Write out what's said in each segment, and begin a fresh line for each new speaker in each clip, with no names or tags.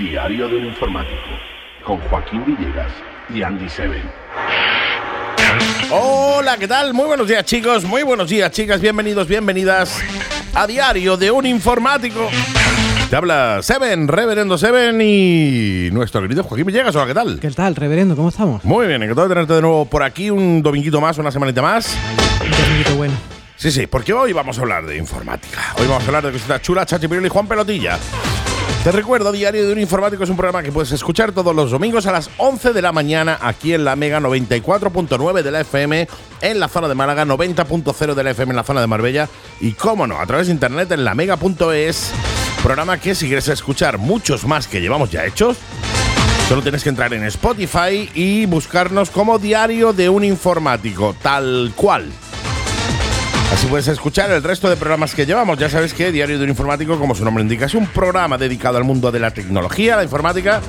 Diario de un informático con Joaquín Villegas y Andy Seven.
Hola, ¿qué tal? Muy buenos días, chicos. Muy buenos días, chicas. Bienvenidos, bienvenidas a Diario de un Informático. Te habla Seven, Reverendo Seven y nuestro querido Joaquín Villegas. Hola, ¿qué tal?
¿Qué tal, reverendo? ¿Cómo estamos?
Muy bien, encantado de tenerte de nuevo por aquí un dominguito más, una semanita más.
Un dominguito bueno.
Sí, sí, porque hoy vamos a hablar de informática. Hoy vamos a hablar de cositas chulas, Chachi Piruli y Juan Pelotilla. Te recuerdo, Diario de un Informático es un programa que puedes escuchar todos los domingos a las 11 de la mañana aquí en la Mega 94.9 de la FM en la zona de Málaga, 90.0 de la FM en la zona de Marbella y, cómo no, a través de internet en la mega.es. Programa que si quieres escuchar muchos más que llevamos ya hechos, Solo tienes que entrar en Spotify y buscarnos como Diario de un Informático, tal cual. Así puedes escuchar el resto de programas que llevamos. Ya sabes que Diario de un Informático, como su nombre indica, es un programa dedicado al mundo de la tecnología, la informática.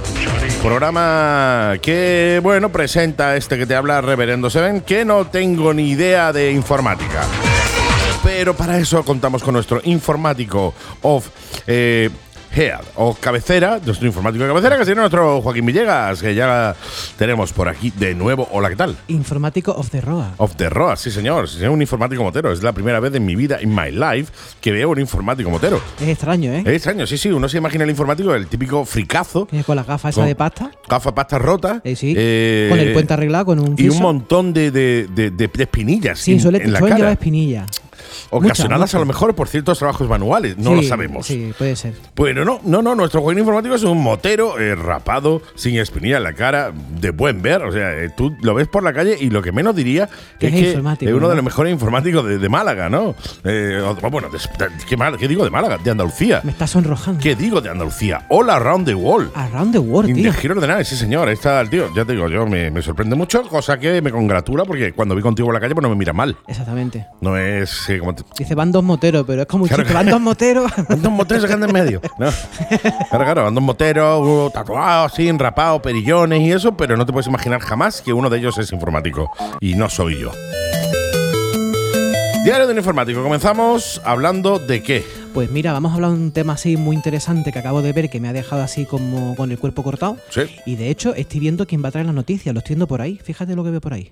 Programa que, bueno, presenta este que te habla Reverendo Seven, que no tengo ni idea de informática. Pero para eso contamos con nuestro informático of eh, head, o cabecera, nuestro informático de cabecera, que tiene nuestro Joaquín Villegas, que ya tenemos por aquí de nuevo. Hola, ¿qué tal?
Informático of the Roa.
Of the Road, sí señor, sí, señor, un informático motero. Es la primera vez en mi vida, in my life, que veo un informático motero.
Es extraño, ¿eh?
Es extraño, sí, sí, uno se imagina el informático, el típico fricazo,
Que Con las gafas esa
Con-
de pasta.
gafa pasta rota,
Eh, sí.
eh,
con el puente arreglado, con un
y un
friso.
montón de, de- de- de- de espinillas
Sí,
en,
suele,
en la
suelen llevar
cara,
espinilla.
ocasionadas
muchas.
a lo mejor por ciertos trabajos manuales, no
Sí,
lo sabemos.
Sí, puede ser.
Bueno, no, no, no, nuestro juego informático es un motero eh, rapado, sin espinilla en la cara, de buen ver. O sea, eh, tú lo ves por la calle y lo que menos diría
Que
es,
es
que
informático,
es uno
¿no?
de los mejores informáticos de, de Málaga, ¿no? Eh, o- bueno, de- de- ¿qué, mal- ¿qué digo de Málaga? De Andalucía.
Me está sonrojando.
¿Qué digo de Andalucía? All around the world.
Around the world,
De
tío.
giro ordenado, sí señor, ahí está el tío, ya te digo, yo me, me sorprende mucho, cosa que me congratula porque cuando vi contigo por la calle pues no me mira mal.
Exactamente.
No es eh, como te-
Dice, van dos moteros, pero es como un
Claro
chiste,
que-
van dos moteros.
Anda un motero se anda en medio. No. Claro, claro, anda un motero, uno tatuado, así, enrapado, perillones y eso, pero no te puedes imaginar jamás que uno de ellos es informático. Y no soy yo. Diario de un informático. Comenzamos hablando de qué.
pues mira, vamos a hablar de un tema así muy interesante que acabo de ver que me ha dejado así como con el cuerpo cortado.
Sí.
Y de hecho, estoy viendo quién va a traer las noticias. Lo estoy viendo por ahí. Fíjate lo que veo por ahí.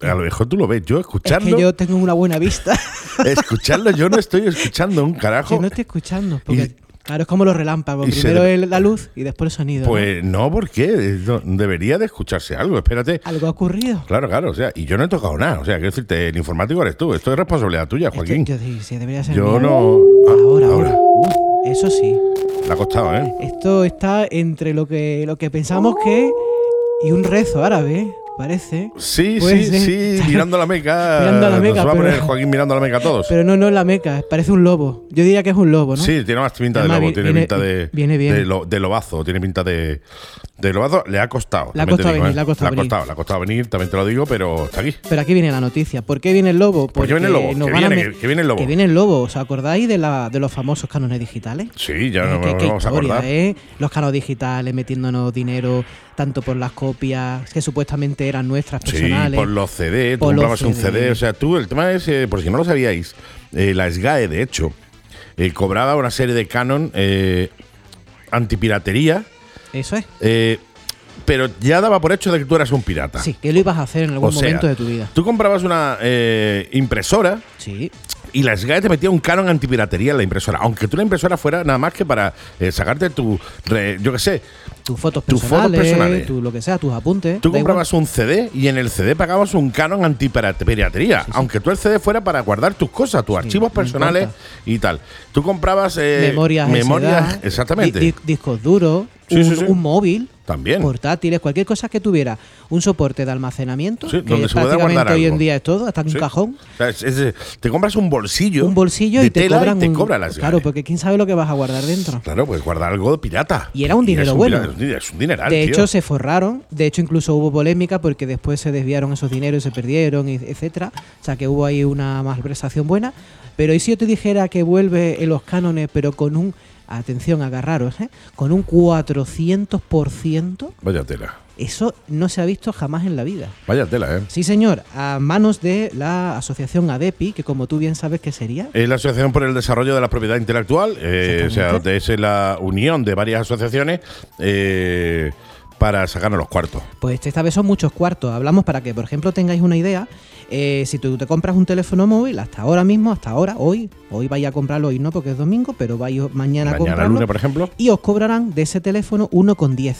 A lo mejor tú lo ves. Yo
Es
escucharlo,
que yo tengo una buena vista.
escucharlo, yo no estoy escuchando un carajo.
Que no estoy escuchando. Porque, claro, es como los relámpagos.
y se
Primero
de-
el- la luz y después el sonido. ¿no?
Pues no, ¿por qué? No, Debería de escucharse algo. Espérate.
Algo ha ocurrido.
Claro, claro, o sea, y yo no he tocado nada. O sea, quiero decirte, el informático eres tú. Esto es responsabilidad tuya,
Este-
Joaquín.
yo sí, sí, debería ser
Yo
mío.
no. Ah,
Ahora,
ahora.
ahora. Uh, eso sí.
Le ha costado, ¿eh?
Esto está entre lo que, lo que pensamos que y un rezo árabe, parece.
Sí,
Puede
sí,
ser.
sí, mirando a la meca.
Pues, eh, Mirando a la meca,
Nos va a poner
pero-
Joaquín mirando a la meca a todos.
Pero no, no es la meca, parece un lobo. Yo diría que es un lobo, ¿no?
Sí, tiene más pinta de
Además,
lobo,
vi-
tiene
viene-
pinta de,
viene bien.
de, lo- de lobazo, tiene pinta de, de lobazo. Le ha costado.
Le ha
también te
costado
digo,
venir,
¿eh?
le ha costado venir.
le ha costado venir, también te lo digo, pero está aquí.
Pero aquí viene la noticia. ¿Por qué viene el lobo? Porque
¿Por qué Pues viene el lobo?
nos
Que
van a
viene,
me-
que- que viene el lobo.
Que viene el lobo. ¿Os acordáis de, la, de los famosos cánones digitales?
Sí, ya
Eh,
no
qué-
nos
qué
vamos a
historia,
acordar.
¿eh? Los canos digitales metiéndonos dinero tanto por las copias que supuestamente eran nuestras
Sí,
personales.
por los CD, tú
Por los
comprabas un
CD.
CD. O sea, tú, el tema es, eh, por si no lo sabíais, eh, la SGAE, de hecho, eh, cobraba una serie de canon eh, antipiratería,
Eso es.
eh, pero ya daba por hecho de que tú eras un pirata.
Sí, que lo ibas a hacer en algún
Ah. O sea,
momento de tu vida.
Tú comprabas una eh, impresora
Sí,
y la SGAE te metía un canon antipiratería en la impresora, aunque tú la impresora fuera nada más que para eh, sacarte tu, re- yo qué sé,
tus fotos
Tus fotos
personales,
personales.
tu- lo que sea, tus apuntes.
Tú
da igual.
comprabas un CD y en el CD pagabas un canon antipiratería, aunque tú el CD fuera para guardar tus cosas, tus archivos
no
personales
importa.
y tal. Tú comprabas eh,
memorias,
memorias-
SDA,
exactamente,
di- di- discos duros,
Sí,
un,
sí, sí.
un móvil,
También.
portátiles, cualquier cosa que tuviera un soporte de almacenamiento,
Sí,
que
donde se pueda
prácticamente
guardar
hoy
algo.
en día es todo, hasta un
Sí.
cajón,
O sea, es- es- te compras un bolsillo,
un bolsillo
de
y te
tela
cobran
y te
un-
cobra las
claro, porque quién sabe lo que vas a guardar dentro.
Claro, pues guardar algo de pirata.
Y era un dinero
es
bueno.
pirata- es un di- es un dineral,
De
tío.
hecho, se forraron. De hecho, incluso hubo polémica porque después se desviaron esos dineros y se perdieron, y- etcétera. O sea, que hubo ahí una malversación buena. Pero ¿y si yo te dijera que vuelve en los cánones, pero con un atención, agarraros, ¿eh? con un 400%,
Vaya tela.
eso no se ha visto jamás en la vida.
Vaya tela, ¿eh?
Sí, señor, a manos de la asociación ADEPI, que como tú bien sabes que sería,
Es Eh, la Asociación por el Desarrollo de la Propiedad Intelectual, eh, o sea,
Exactamente.
es la unión de varias asociaciones eh, para sacarnos los cuartos.
Pues esta vez son muchos cuartos. Hablamos para que, por ejemplo, tengáis una idea. eh, si tú te compras un teléfono móvil, hasta ahora mismo, hasta ahora, hoy, hoy vais a comprarlo, hoy no porque es domingo, pero vais mañana, a
Mañana
comprarlo.
lunes, por ejemplo.
Y os cobrarán de ese teléfono 1,10,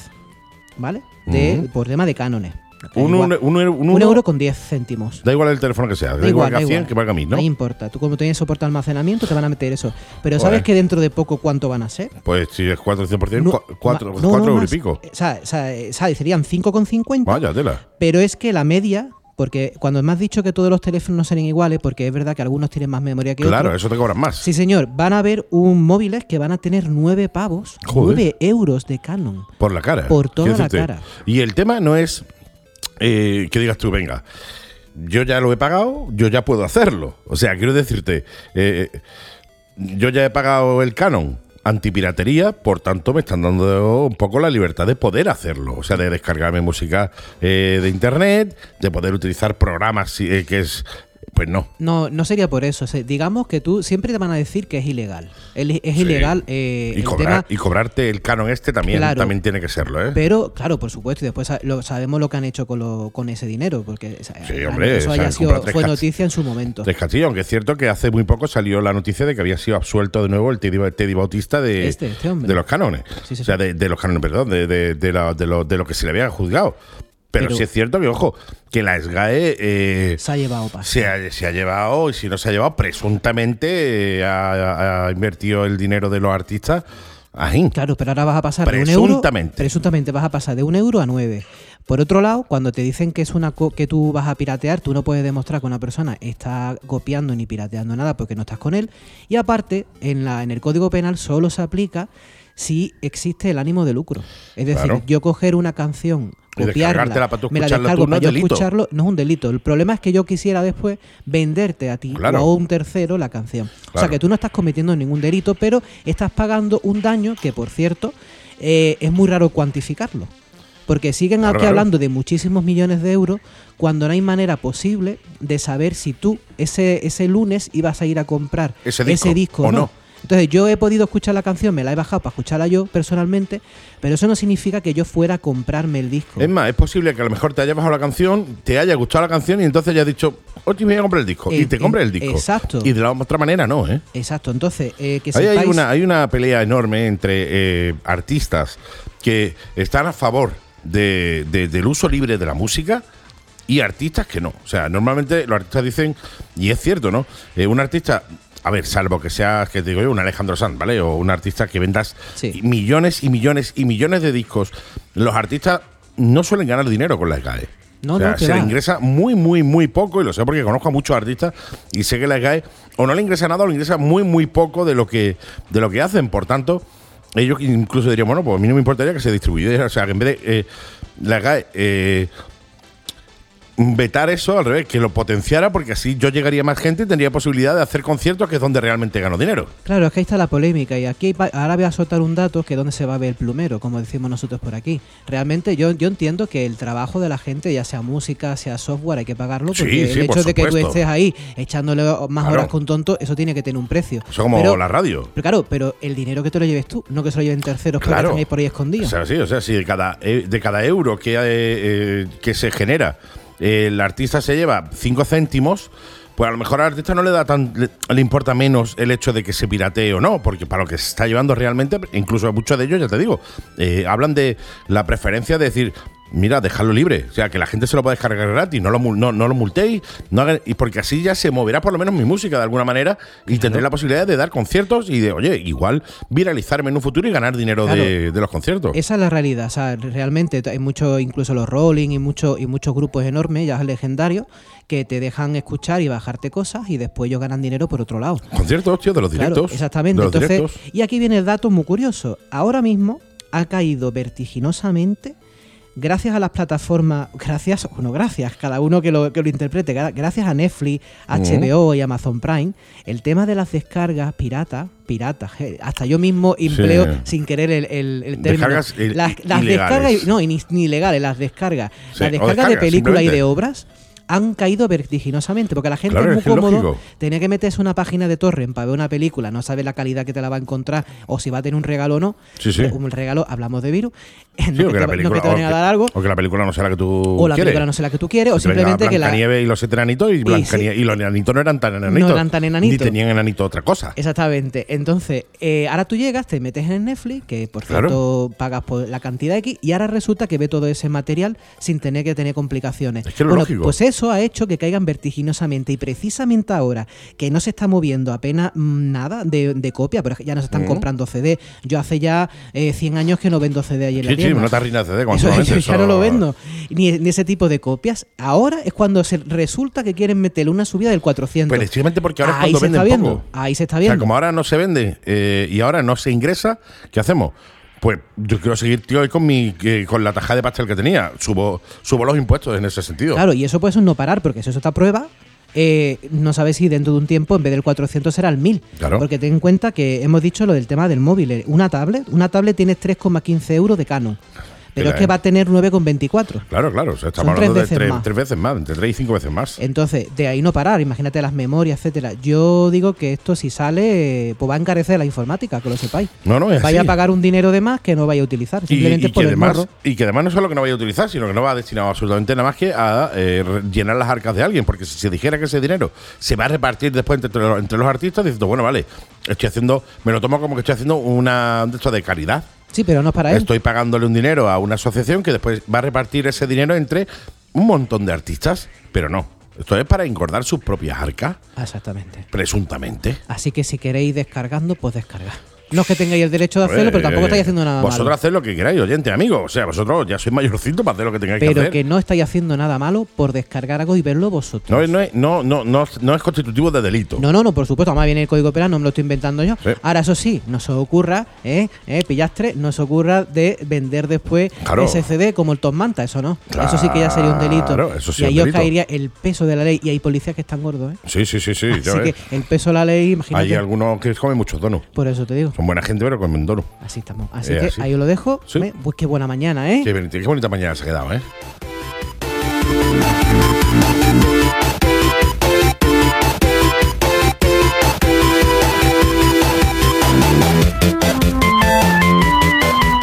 ¿vale? De,
Ujú.
Por tema de cánones.
Un,
Da igual.
un- un- un-
Un euro con 10 céntimos.
Da igual el teléfono que sea, da, igual, que a 100 que valga a mil, ¿no?
No importa. Tú como tienes soporte de almacenamiento te van a meter eso. Pero
Joder.
¿sabes que dentro de poco cuánto van a ser?
Pues si es 400%,
No,
4, cuatro
ma- no,
cuatro
no,
euros
más.
y pico.
Eh, O sea, o sea, eh, ¿sabes? serían 5,50.
Vaya tela.
Pero es que la media, porque cuando me has dicho que todos los teléfonos serían iguales, porque es verdad que algunos tienen más memoria que
Claro, eh.
otros.
eso te cobran más.
Sí, señor, van a haber un móviles que van a tener nueve pavos,
Joder.
nueve euros de Canon.
Por la cara.
Por toda
Quiero
la
decirte.
cara.
Y el tema no es eh, que digas tú, venga, yo ya lo he pagado, yo ya puedo hacerlo. O sea, quiero decirte, eh, yo ya he pagado el canon antipiratería, por tanto me están dando un poco la libertad de poder hacerlo, o sea, de descargarme música eh, de internet, de poder utilizar programas eh, que es, pues no,
No, no sería por eso. O sea, digamos que tú siempre te van a decir que es ilegal. El- es
Sí.
ilegal eh,
y,
el
cobrar-
tema-
y cobrarte el canon este también,
Claro.
también tiene que serlo, ¿eh?
Pero, claro, por supuesto, y después sa- lo, sabemos lo que han hecho con, lo- con ese dinero, porque o sea,
Sí, hombre,
eso
o
haya
sea,
sido,
comprar tres
fue
cas-
noticia en su momento.
Tres Castillo, aunque es cierto que hace muy poco salió la noticia de que había sido absuelto de nuevo el Teddy, Teddy Bautista de,
Este, este hombre.
de los cánones.
Sí, sí,
o sea, de, de los cánones, perdón, de, de- de la- de lo, de lo que se le había juzgado. Pero,
Pero-
sí es cierto que, ojo, que la SGAE eh,
Se ha llevado pasta.
se, ha, se ha llevado, y si no se ha llevado, presuntamente eh, ha, ha invertido el dinero de los artistas ahí.
Claro, pero ahora vas a pasar de un euro.
Presuntamente.
Presuntamente vas a pasar de un euro a nueve. Por otro lado, cuando te dicen que es una co- que tú vas a piratear, tú no puedes demostrar que una persona está copiando ni pirateando nada porque no estás con él. Y aparte, en la, en el código penal solo se aplica si existe el ánimo de lucro. Es decir,
Claro.
yo coger una canción,
Y
copiarla,
descargártela para tú
me la
escucharla
descargo
tú, no
para
es
yo
delito.
escucharlo, no es un delito. El problema es que yo quisiera después venderte a ti
Claro.
o a un tercero la canción. O sea
Claro.
que tú tú no estás cometiendo ningún delito, pero estás pagando un daño que, por cierto, eh, es muy raro cuantificarlo. Porque siguen
Claro,
aquí
claro.
hablando de muchísimos millones de euros cuando no hay manera posible de saber si tú ese, ese lunes ibas a ir a comprar
Ese disco, o no.
Entonces yo he podido escuchar la canción, me la he bajado para escucharla yo personalmente, pero eso no significa que yo fuera a comprarme el disco.
Es más, es posible que a lo mejor te haya bajado la canción, te haya gustado la canción y entonces hayas dicho, oye, me voy a comprar el disco. y
Eh,
te compras
eh,
el disco.
exacto.
Y de la otra manera no, ¿eh?
Exacto, entonces eh, que
Ahí hay
sepáis-
una, hay una pelea enorme entre eh, artistas que están a favor de- de- del uso libre de la música y artistas que no. O sea, normalmente los artistas dicen, y es cierto, ¿no? Eh, un artista, a ver, salvo que seas, que te digo yo, un Alejandro Sanz, ¿vale? O un artista que vendas
Sí.
millones y millones y millones de discos, los artistas no suelen ganar dinero con las GAE.
No,
O sea,
no, que
se le
va.
ingresa muy, muy, muy poco, y lo sé porque conozco a muchos artistas y sé que la GAE o no le ingresa nada o le ingresa muy, muy poco de lo que, de lo que hacen. Por tanto, ellos incluso dirían, bueno, pues a mí no me importaría que se distribuyera. O sea, que en vez de eh, la GAE eh, vetar eso, al revés, que lo potenciara porque así yo llegaría a más gente y tendría posibilidad de hacer conciertos que es donde realmente gano dinero.
Claro, es que ahí está la polémica y aquí va- ahora voy a soltar un dato que dónde se va a ver el plumero, como decimos nosotros por aquí. Realmente yo, yo entiendo que el trabajo de la gente, ya sea música, sea software, hay que pagarlo
Sí,
porque el
sí,
hecho
por
de que tú
supuesto.
estés ahí echándole más
Claro.
horas con tonto, eso tiene que tener un precio.
Eso como
pero,
la radio.
pero claro, pero el dinero que te lo lleves tú, no que se lo lleven terceros porque
Claro.
están ahí por ahí escondidos.
O sea, sí, o sea, si de cada, eh, de cada euro que, eh, eh, que se genera, eh, el artista se lleva 5 céntimos, pues a lo mejor al artista no le da tan le, le importa menos el hecho de que se piratee o no, porque para lo que se está llevando realmente, incluso muchos de ellos, ya te digo, eh, hablan de la preferencia de decir. Mira, dejarlo libre, o sea, que la gente se lo puede descargar gratis, no lo, mul- no, no lo multéis, no hagan- y porque así ya se moverá por lo menos mi música de alguna manera y tendré la posibilidad de dar conciertos y de, oye, igual viralizarme en un futuro y ganar dinero
Claro.
de, de los conciertos.
Esa es la realidad, o sea, realmente hay muchos, incluso los Rolling y, muchos y muchos grupos enormes, ya legendarios, que te dejan escuchar y bajarte cosas y después ellos ganan dinero por otro lado.
Conciertos, tío, de los
Claro,
directos.
exactamente.
De los
Entonces,
directos.
y aquí viene el dato muy curioso. Ahora mismo ha caído vertiginosamente gracias a las plataformas, gracias, bueno, gracias, cada uno que lo, que lo interprete, gra- gracias a Netflix, HBO y Amazon Prime, el tema de las descargas piratas, piratas, eh, hasta yo mismo empleo sin querer el, el- el término.
Descargas, eh,
las
i-
las
ilegales.
descargas, no, y ni, ni legales, las descargas,
Sí, o
las descargas de
descargas,
películas y
simplemente.
de obras han caído vertiginosamente, porque la gente
Claro,
es muy
es que es
cómodo
lógico.
tener que meterse una página de torrent para ver una película, no sabe la calidad que te la va a encontrar o si va a tener un regalo o no.
Sí, sí.
Un regalo, hablamos de virus. no
Sí, o
que
que
te
la
va- no que
película-
te vayan a dar algo.
o que- o que la película no sea la que tú
O la
quieres.
película no sea la que tú quieres, o
Se pegaba
simplemente que la.
Blancanieve y los siete enanitos y, Blancanie- y los enanitos no eran tan enanitos.
No eran tan enanitos.
Ni
Eh,
tenían enanito otra cosa.
Exactamente. Entonces, eh, ahora tú llegas, te metes en Netflix, que por
Claro.
cierto pagas por la cantidad X, y ahora resulta que ve todo ese material sin tener que tener complicaciones.
Es que es
bueno,
lógico.
pues eso ha hecho que caigan vertiginosamente. Y precisamente ahora que no se está moviendo apenas mm, nada de, de copia, pero es que ya no se están
Mm.
comprando CD. Yo hace ya eh, 100 años que no vendo CD ahí en la
Sí, sí,
tienda.
no te arruinas CD con
Eso,
solamente
eso ya
eso.
no lo vendo. Ni, ni ese tipo de copias. Ahora es cuando se resulta que quieren meterle una subida del 400.
Pues, Precisamente porque ahora es
Ahí
cuando
se está
venden
viendo.
poco.
Ahí se está
O sea,
viendo.
como ahora no se vende eh, y ahora no se ingresa, ¿qué hacemos? Pues yo quiero seguir, tío, hoy con mi eh, con la tajada de pastel que tenía. Subo, subo los impuestos en ese sentido.
Claro, y eso puede ser un no parar, porque si eso te aprueba, eh, no sabes si dentro de un tiempo, en vez del 400, será el 1000.
Claro.
Porque ten en cuenta que hemos dicho lo del tema del móvil. eh, Una tablet, una tablet tienes 3,15 euros de Canon, pero
Mira,
es que
eh.
va a tener 9,24.
Claro, claro. O sea, estamos
Son tres
hablando de
veces
tres,
más.
tres veces más, entre tres y cinco veces más.
Entonces, de ahí no parar, imagínate las memorias, etcétera. Yo digo que esto si sale, eh, pues va a encarecer la informática, que lo sepáis.
No, no, es
Vaya a
así.
pagar un dinero de más que no vaya a utilizar,
Y,
simplemente
y
por
que
el
además,
morro.
y que además no solo que no vaya a utilizar, sino que no va destinado absolutamente nada más que a eh, re- llenar las arcas de alguien. Porque si se dijera que ese dinero se va a repartir después entre, los- entre los artistas, diciendo, bueno, vale, estoy haciendo, me lo tomo como que estoy haciendo una de esto de caridad.
Sí, pero no es para él.
Estoy pagándole un dinero a una asociación que después va a repartir ese dinero entre un montón de artistas, pero no. Esto es para engordar sus propias arcas,
Exactamente.
presuntamente.
Así que si queréis descargando, pues descargad. No es que tengáis el derecho de
Oye,
hacerlo, pero tampoco estáis haciendo nada
Pues, Eh, Vosotros
malo.
haced lo que queráis, oyente, amigo. O sea, vosotros ya sois mayorcito para hacer lo que tengáis que
Pero
hacer.
que no estáis haciendo nada malo por descargar algo y verlo vosotros.
No, es- no, es- no, no, no, es- no es constitutivo de delito.
No, no, no, por supuesto. Además viene el código penal, no me lo estoy inventando yo.
Sí.
Ahora, eso sí, no se os ocurra, ¿eh? ¿eh? Pillastre, no se os ocurra de vender después
Claro.
ese CD como el Tom Manta, eso no. Eso sí que ya sería un delito.
Claro, eso sí
y
es
ahí
un
os
delito.
caería el peso de la ley. Y hay policías que están gordos, ¿eh?
Sí, sí, sí, sí. ya
Así
ves.
que el peso de la ley, imagínate.
Hay algunos que comen muchos donos.
Por eso te digo.
Son buena gente, pero comen donos.
Así estamos. Así
Eh,
que
así.
ahí os lo dejo.
Sí.
¿eh? Pues qué buena mañana, ¿eh?
Qué, bonita- qué bonita mañana se ha quedado, ¿eh?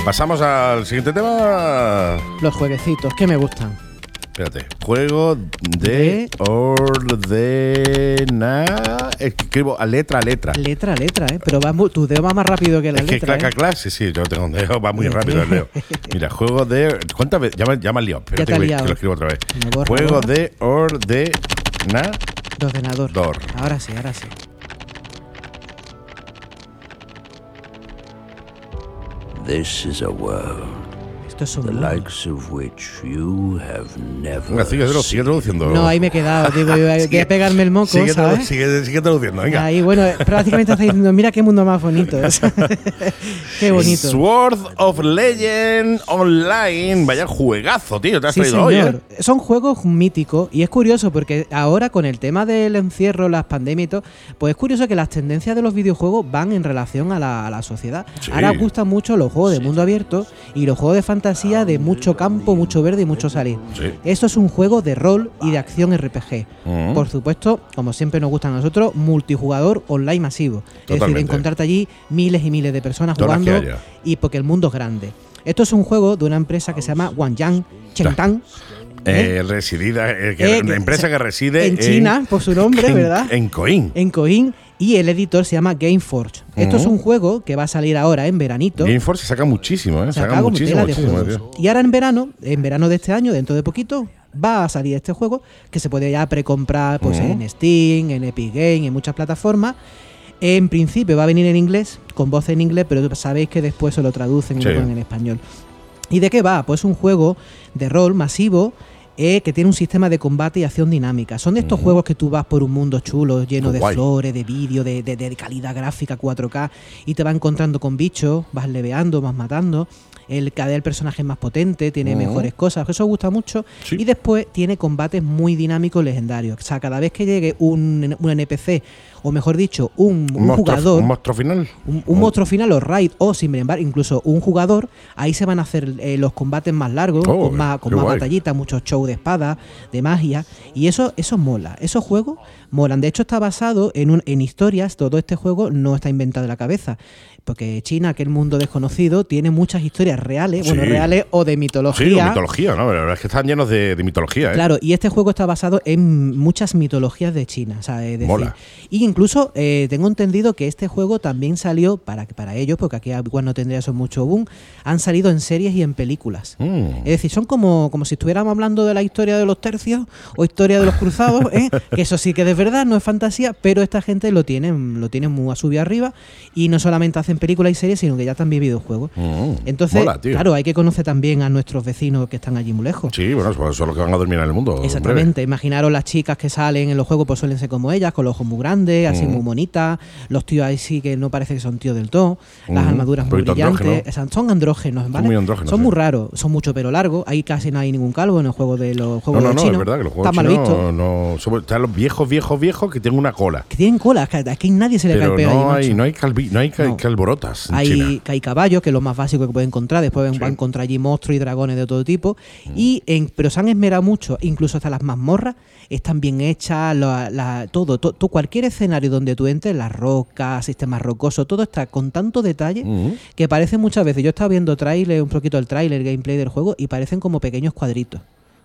Pasamos al siguiente tema.
Los jueguecitos, que me gustan.
Espérate. Juego de
De-
ordena. Escribo a letra a letra.
Letra, a letra, ¿eh? Pero va mu- tu dedo va más rápido que la
es que
letra.
claca
¿eh?
clase, sí, yo tengo un dedo, va muy rápido el dedo. Mira, juego de. ¿Cuántas veces? Ya me, ya me has liado, pero
Ya te
te
has
voy-
liado.
que lo escribo otra vez.
Me borra,
juego
borra.
de ordena.
De ordenador.
Dor.
Ahora sí, ahora sí.
This is a world
Esto es un.
the
mundo.
likes of which you have never
Venga, sigue, sigue,
seen.
sigue traduciendo.
No, ahí me he quedado. Digo, yo, voy a pegarme el moco,
sigue, tradu-
¿sabes?
sigue, sigue traduciendo, venga.
Ahí, bueno, eh, prácticamente está diciendo, mira qué mundo más bonito. es". qué bonito.
Sword of Legend Online. Vaya juegazo, tío. Te has
Sí,
traído hoy, ¿eh?
señor. Son juegos míticos y es curioso porque ahora con el tema del encierro, las pandemias y todo, pues es curioso que las tendencias de los videojuegos van en relación a la, a la sociedad.
Sí.
Ahora gustan mucho los juegos de mundo abierto y los juegos de fantasía de mucho campo, mucho verde y mucho salir.
Sí.
Esto es un juego de rol y de acción RPG.
Ah. Mm.
Por supuesto, como siempre nos gusta a nosotros, multijugador online masivo. Es decir,
Totalmente.
encontrarte allí miles y miles de personas
Todas las que
jugando
haya.
y porque el mundo es grande. Esto es un juego de una empresa que se llama Wanjiang Chengtang.
Eh, residida, eh, que-
Eh,
la empresa que reside
en China, por su nombre,
en-
¿verdad?
En Coín.
En Coin y el editor se llama Gameforge. Esto es
Ujú.
un juego que va a salir ahora en veranito.
Game Force saca muchísimo, ¿eh?
Se
Saca,
acaba como
muchísimo,
tela de
muchísimo,
juegos.
tío.
Y ahora en verano, en verano de este año, dentro de poquito, va a salir este juego que se puede ya precomprar pues,
Ujú.
en Steam, en Epic Game, en muchas plataformas. En principio va a venir en inglés, con voz en inglés, pero sabéis que después se lo traducen y lo
Sí.
ponen en español. ¿Y de qué va? Pues un juego de rol masivo eh, que tiene un sistema de combate y acción dinámica. Son de estos juegos que tú vas por un mundo chulo, lleno de
Guay.
flores, de vídeo, de, de- de calidad gráfica 4K, y te vas encontrando con bichos, vas leveando, vas matando. el cada día el personaje es más potente, tiene
Ujú.
mejores cosas, eso gusta mucho.
Sí.
Y después tiene combates muy dinámicos legendarios. O sea, cada vez que llegue un, un NPC, o mejor dicho, un, un
monstruo-
jugador,
Un monstruo final.
un, un monstruo final o raid o sin embargo incluso un jugador ahí se van a hacer eh, los combates más largos
Oh,
con más, con
qué
más
guay.
batallitas muchos shows de espada de magia y eso eso mola esos juegos molan de hecho está basado en un en historias todo este juego no está inventado de la cabeza porque China aquel mundo desconocido tiene muchas historias reales bueno
Sí.
reales o de
Sí, o mitología, ¿no? La verdad es que están llenos de, de mitología, ¿eh?
Claro, y este juego está basado en muchas mitologías de China. O sea, es decir,
Mola.
Y incluso eh, tengo entendido que este juego también salió para, para ellos, porque aquí igual no tendría eso mucho boom, han salido en series y en películas.
Mm.
Es decir, son como, como si estuviéramos hablando de la historia de los tercios o historia de los cruzados, ¿eh? que eso sí que es verdad, no es fantasía, pero esta gente lo tienen, lo tienen muy a subir arriba y no solamente hacen películas y series, sino que ya también videojuegos.
Mm.
Entonces,
Mola, tío.
claro, hay que conocer también a nuestros vecinos que están allí muy lejos.
Sí, bueno, son son los que van a dormir en el mundo. en breve.
Exactamente, imaginaros las chicas que salen en los juegos, pues suelen ser como ellas, con los ojos muy grandes, así
Mm.
muy bonitas, los tíos ahí sí que no parece que son tíos del todo, las
Mm,
armaduras
un
muy
poquito
brillantes,
andrógeno.
o sea, son andrógenos, ¿vale?
muy andrógenos,
Son muy
sí.
raros, son mucho pelo largo, ahí casi no hay ningún calvo en el juego de los
No,
juegos
no,
de los
no,
chinos,
es verdad que los juegos
está mal
chinos
visto.
no... sobre- están los viejos, viejos, viejos que tienen una cola.
Que tienen cola, es que aquí nadie se le cae el
Pero
pelo
no
ahí,
hay,
macho.
no hay, calvi- no hay cal-
No.
calborotas en China.
Hay, que hay caballos, que es lo más básico que puede encontrar. Después
Sí. Mm.
van a encontrar allí monstruos y dragones de todo tipo. Y en, pero se han esmerado mucho, incluso hasta las mazmorras están bien hechas, la- la- todo, to- to- cualquier escenario donde tú entres, las rocas, sistemas rocosos, todo está con tanto detalle
Mm.
que parece muchas veces. Yo estaba viendo trailer, un poquito el trailer, gameplay del juego, y parecen como pequeños cuadritos.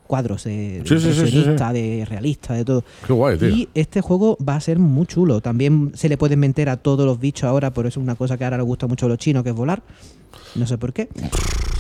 Cuadros de, de
Sí, sí, sí, sí, sí.
impresionista, de realista, de todo.
Qué guay, tío.
Y este juego va a ser muy chulo. También se le pueden meter a todos los bichos ahora, por eso es una cosa que ahora les gusta mucho a los chinos, que es volar. No sé por qué.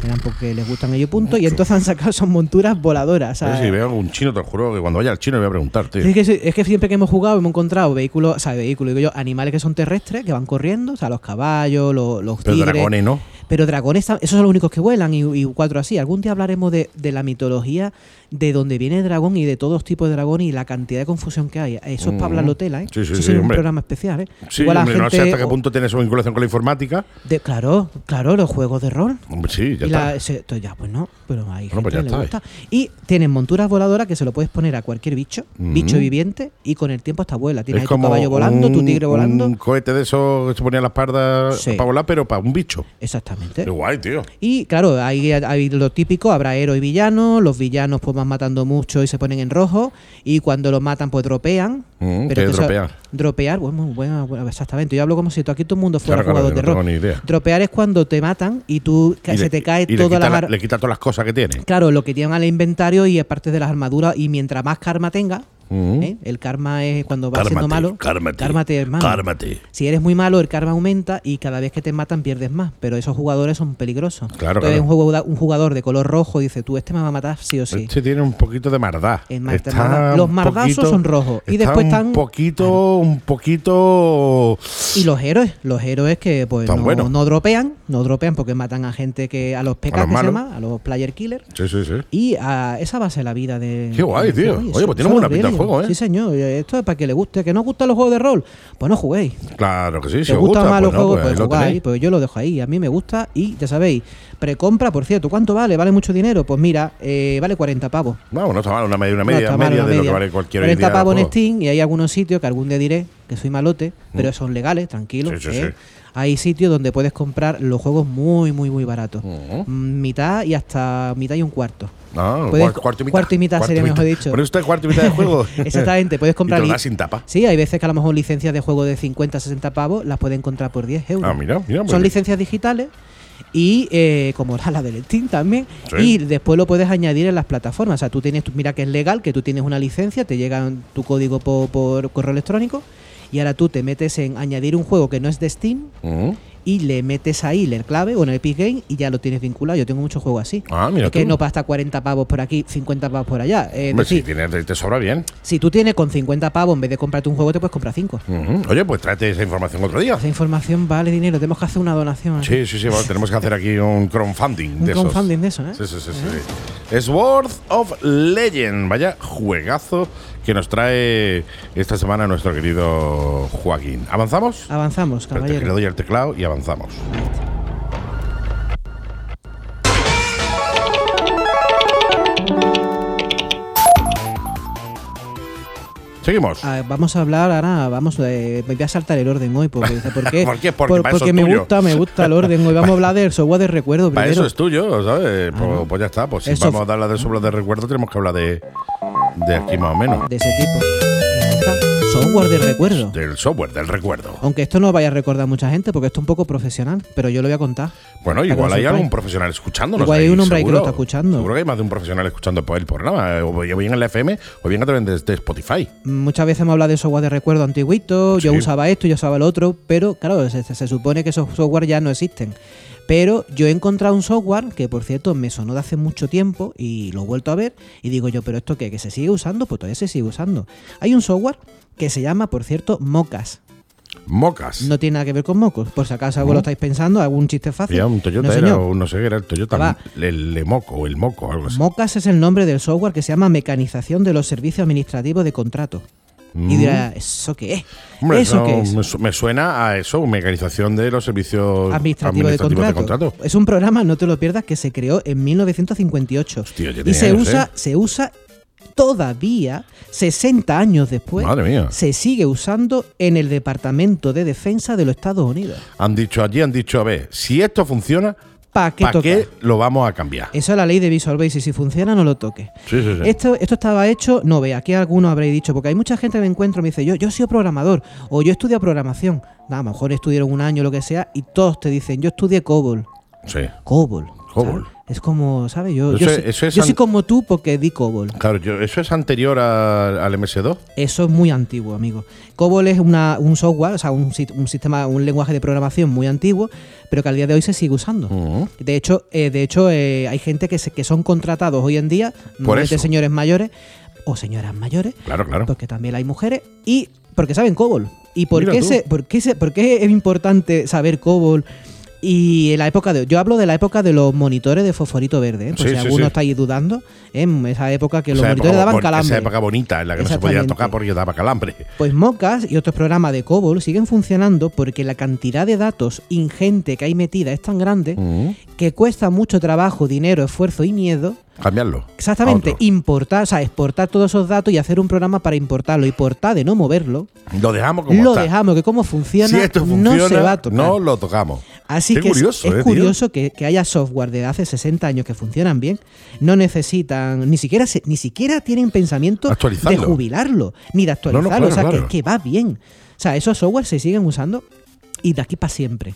Serán porque les gustan ellos puntos. Y entonces han sacado esas monturas voladoras. o sea,
Yo si veo un chino, te lo juro que cuando vaya al chino le voy a preguntar, tío.
es, que, se- es que siempre que hemos jugado hemos encontrado vehículos, o sea, vehículos, digo yo, animales que son terrestres, que van corriendo, o sea, los caballos, los, los
Pero
tigres.
dragones, ¿no?
Pero dragones, tam- esos son los únicos que vuelan y, y cuatro así. Algún día hablaremos de, de la mitología, de dónde viene el dragón y de todos los tipos de dragones y la cantidad de confusión que hay. Eso es
Mm.
para hablarlo tela, ¿eh?
Sí, sí,
Eso
sí,
sería un
hombre.
programa especial, ¿eh?
Sí,
Igual la
hombre, no sé hasta qué
o-
punto tiene su vinculación con la informática.
de- claro, claro, los juegos de rol.
Hombre, sí, ya
Y
está.
la- se- entonces ya, pues no, pero hay
Bueno, pues
gente
ya
que le
está,
gusta. Y tienen monturas voladoras que se lo puedes poner a cualquier bicho,
Mm.
bicho viviente, y con el tiempo hasta vuela.
es
Tienes ahí tu
como
caballo volando, tu
un-
tigre volando.
Un cohete de esos que se ponía en la espalda
Sí.
para volar, pero para un bicho.
Exactamente.
Qué guay, tío.
Y claro, hay, hay lo típico, habrá héroe y villano, los villanos pues van matando mucho y se ponen en rojo, y cuando los matan pues dropean.
Mm, ¿qué
que eso-
dropear?
Dropear, bueno, bueno, bueno, exactamente. Yo hablo como si tú- aquí todo el mundo fuera
Claro, claro,
jugador
yo
de
no tengo
rol.
ni idea.
Dropear es cuando te matan y tú ca-
Y
se
le-
te cae
y le
toda
quita
la,
Le quita todas las cosas que tiene.
Claro, lo que tienen al inventario y aparte de las armaduras, y mientras más karma tenga,
Mm.
¿eh? el karma es cuando va
Cármate,
siendo malo.
cármate,
cármate, hermano.
cármate.
Si eres muy malo, el karma aumenta y cada vez que te matan pierdes más. Pero esos jugadores son peligrosos.
Claro,
Entonces,
claro.
Un, juego- un jugador de color rojo dice: Tú, este me va a matar sí o sí.
Este tiene un poquito de mardá.
Es mar-
Está
mardá. Los
un
mardazos son rojos. Y
está
después
Un
están-
poquito, un poquito.
Y los héroes, los héroes que pues
Están
no,
buenos.
no dropean, no dropean porque matan a gente que. a los pecas
los
que se
malos.
llama, a los player killer.
Sí, sí, sí.
Y ah, esa va a ser la vida de.
Qué guay,
del
tío.
juego. Y
Oye,
eso-
pues tiene
eso
buena
lo
pinta el
brillo.
juego, ¿eh?
Sí, señor. Esto es para que le guste. Que no os gustan los juegos de rol. Pues no juguéis.
Claro que sí. Si
¿Te
os
gustan
gusta,
más los
pues no,
juegos?
pues
Pues
lo
jugáis.
tenéis.
Pues yo lo dejo ahí. A mí me gusta. Y ya sabéis, precompra, por cierto. ¿Cuánto vale? ¿Vale mucho dinero? Pues mira, eh, vale 40 pavos.
Vamos, no está mal, una media, una
No
media,
está mal,
media
una
de lo que
media.
vale cualquier pues.
40
idea de
pavos en
juego.
Steam y hay algunos sitios que algún día diré que soy malote, pero son legales, tranquilo.
Mm. Sí, sí,
¿eh?
sí.
Hay sitios donde puedes comprar los juegos muy, muy, muy baratos.
Ujú.
Mm, Mitad y hasta mitad y un cuarto.
Ah,
Puedes
cuar-
co-
cuarto y mitad.
cuarto y mitad sería mejor dicho.
Pero usted cuarto y mitad de juego.
Exactamente, puedes comprar.
Y te lo
li-
das sin tapa.
Sí, hay veces que a lo mejor licencias de juego de 50, 60 pavos las puedes encontrar por 10 euros.
Ah, mira, mira, muy
Son
bien.
licencias digitales y eh, como la, la del Steam también.
Sí.
Y después lo puedes añadir en las plataformas. O sea, tú tienes, tú- mira que es legal, que tú tienes una licencia, te llega tu código po- por correo electrónico y ahora tú te metes en añadir un juego que no es de Steam
Ujú.
y le metes ahí el clave o en el Epic Game y ya lo tienes vinculado. Yo tengo muchos juegos así.
Ah, mira
Es que
tú.
no pasta 40 pavos por aquí, 50 pavos por allá. Eh, es
Hombre, si
decir,
tienes, te- te sobra bien.
si tú tienes con 50 pavos, en vez de comprarte un juego, te puedes comprar 5.
Ujú. Oye, pues tráete esa información otro día.
Esa información vale dinero, tenemos que hacer una donación.
Sí, sí, sí, bueno, tenemos que hacer aquí un crowdfunding
Un
de esos.
crowdfunding de eso, ¿eh?
Sí, sí, sí, sí. Sword of Legend, vaya juegazo que nos trae esta semana nuestro querido Joaquín. ¿Avanzamos?
Ah, Avanzamos,
Espérate, que le
caballero.
doy al teclado y avanzamos. Seguimos.
Ah, vamos a hablar ahora, vamos, eh, voy a saltar el orden hoy porque, ¿por qué?
¿Por qué? Porque para eso
porque
es
me
tuyo.
gusta, me gusta el orden hoy. Vamos a hablar del software de recuerdo
Para
primero.
eso es tuyo, ¿sabes? pues, pues ya está. Pues si
Eso-
vamos a hablar de sombras de recuerdo, tenemos que hablar de, de aquí más o menos.
de ese tipo. Ahí está, Software de recuerdo.
Del software, del recuerdo.
Aunque esto no vaya a recordar mucha gente porque esto es un poco profesional, pero yo lo voy a contar.
Bueno,
Para que
igual
lo
hay
sepáis.
algún profesional escuchándonos.
Igual hay
ahí,
un hombre ahí que
seguro.
lo está escuchando.
Seguro que hay más de un profesional escuchando por el programa, eh, o bien en la FM, o bien a través de, de Spotify.
Muchas veces me habla de software de recuerdo antiguito, yo
Sí.
usaba esto, yo usaba lo otro, pero claro, se, se- se supone que esos software ya no existen. Pero yo he encontrado un software que, por cierto, me sonó de hace mucho tiempo y lo he vuelto a ver y digo yo, pero esto qué, que se sigue usando, pues todavía se sigue usando. Hay un software que se llama, por cierto, Mocas.
Mocas.
No tiene nada que ver con mocos, por si acaso algo lo estáis pensando, algún chiste fácil.
Había un Toyota,
No,
era,
señor.
o no sé qué era el Toyota,
Va.
el Lemoco o el Moco, algo así.
Mocas es el nombre del software que se llama Mecanización de los Servicios Administrativos de Contrato. Y dirá, ¿eso qué es?
Mm. Hombre,
¿Eso qué es?
me su- Me suena a eso, mecanización de los servicios
Administrativo,
administrativos
de, contrato.
Pues, contrato.
Es un programa, no te lo pierdas, que se creó en 1958.
Hostia, ya
y
tenía
se
años,
usa,
¿eh?
se usa todavía, 60 años después,
Madre mía.
se sigue usando en el Departamento de Defensa de los Estados Unidos.
Han dicho allí, han dicho, a ver, si esto funciona,
¿Para qué
¿para
tocar?
qué lo vamos a cambiar?
Eso es la ley de Visual Basic. Si funciona, no lo toques.
Sí, sí, sí.
Esto, esto estaba hecho, no ve, aquí algunos habréis dicho, porque hay mucha gente que me encuentro y me dice, yo, yo he sido programador o yo estudio programación. Nah, a lo mejor estudiaron un año, lo que sea, y todos te dicen, yo estudié COBOL.
Sí.
COBOL.
COBOL.
¿sabes? Es como, ¿sabes? Yo, yo
Eso es- eso
soy,
es
yo
an-
soy como tú porque di COBOL.
Claro, yo- eso es anterior a- al MS2.
Eso es muy antiguo, amigo. COBOL es una- un software, o sea, un, sit- un sistema, un lenguaje de programación muy antiguo, pero que al día de hoy se sigue usando.
Ujú.
De hecho, eh, de hecho eh, hay gente que, se- que son contratados hoy en día, normalmente
eso.
señores mayores o señoras mayores,
Claro, claro.
porque también hay mujeres y porque saben COBOL. ¿Y por
Mira
qué,
tú.
se, por, qué se- por qué es importante saber COBOL? Y en la época de. Yo hablo de la época de los monitores de fosforito verde, ¿eh? por
Sí,
si
sí,
alguno
sí.
está ahí dudando, ¿eh? en esa época que los
Esa época
monitores daban
bon-
calambre.
Esa época bonita en la que no se podía
Exactamente.
tocar porque daba calambre.
Pues Mocas y otros programas de COBOL siguen funcionando porque la cantidad de datos ingente que hay metida es tan grande
Ujú.
que cuesta mucho trabajo, dinero, esfuerzo y miedo
Cambiarlo.
Exactamente,
a otro.
importar, o sea, exportar todos esos datos y hacer un programa para importarlo y portar de no moverlo,
Lo dejamos como
lo
está.
dejamos, que como funciona,
si esto funciona,
no se va a tocar.
no lo tocamos.
Así
Qué
que es-
curioso,
es,
eh, tío.
curioso que, que haya software de hace 60 años que funcionan bien, no necesitan, ni siquiera se- ni siquiera tienen pensamiento de
Actualizarlo.
jubilarlo, ni de actualizarlo,
claro,
o sea, que-
claro.
Que, va bien. O sea, esos software se siguen usando y de aquí para siempre.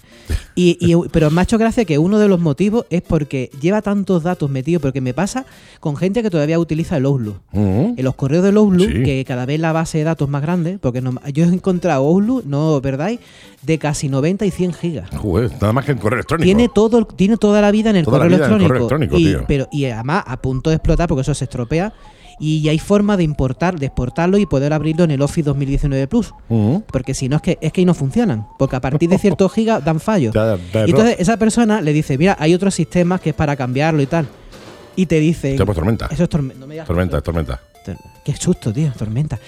Y, y- pero me ha hecho gracia que uno de los motivos es porque lleva tantos datos metidos, porque me pasa con gente que todavía utiliza el Outlook.
Ujú.
En los correos del Outlook,
Sí.
que cada vez la base de datos más grande, porque no- yo he encontrado Outlook, no perdáis, de casi 90 y 100 gigas.
Joder, nada más que en correo electrónico.
Tiene, todo, el- tiene toda la vida en el
Toda la
correo
vida en el
electrónico.
correo electrónico,
y,
tío.
Pero, y además a punto de explotar porque eso se estropea. Y hay forma de importar, de exportarlo y poder abrirlo en el Office 2019 Plus.
Ujú.
Porque si no es que es que no funcionan. Porque a partir de ciertos gigas dan fallo.
Ya, ya,
Y entonces esa persona le dice, mira, hay otros sistemas que es para cambiarlo y tal. Y te dice.
Te ha puesto tormenta.
Eso es tormenta. No me digas-
pues, Tormenta, tormenta.
Tor- Qué susto, tío, tormenta.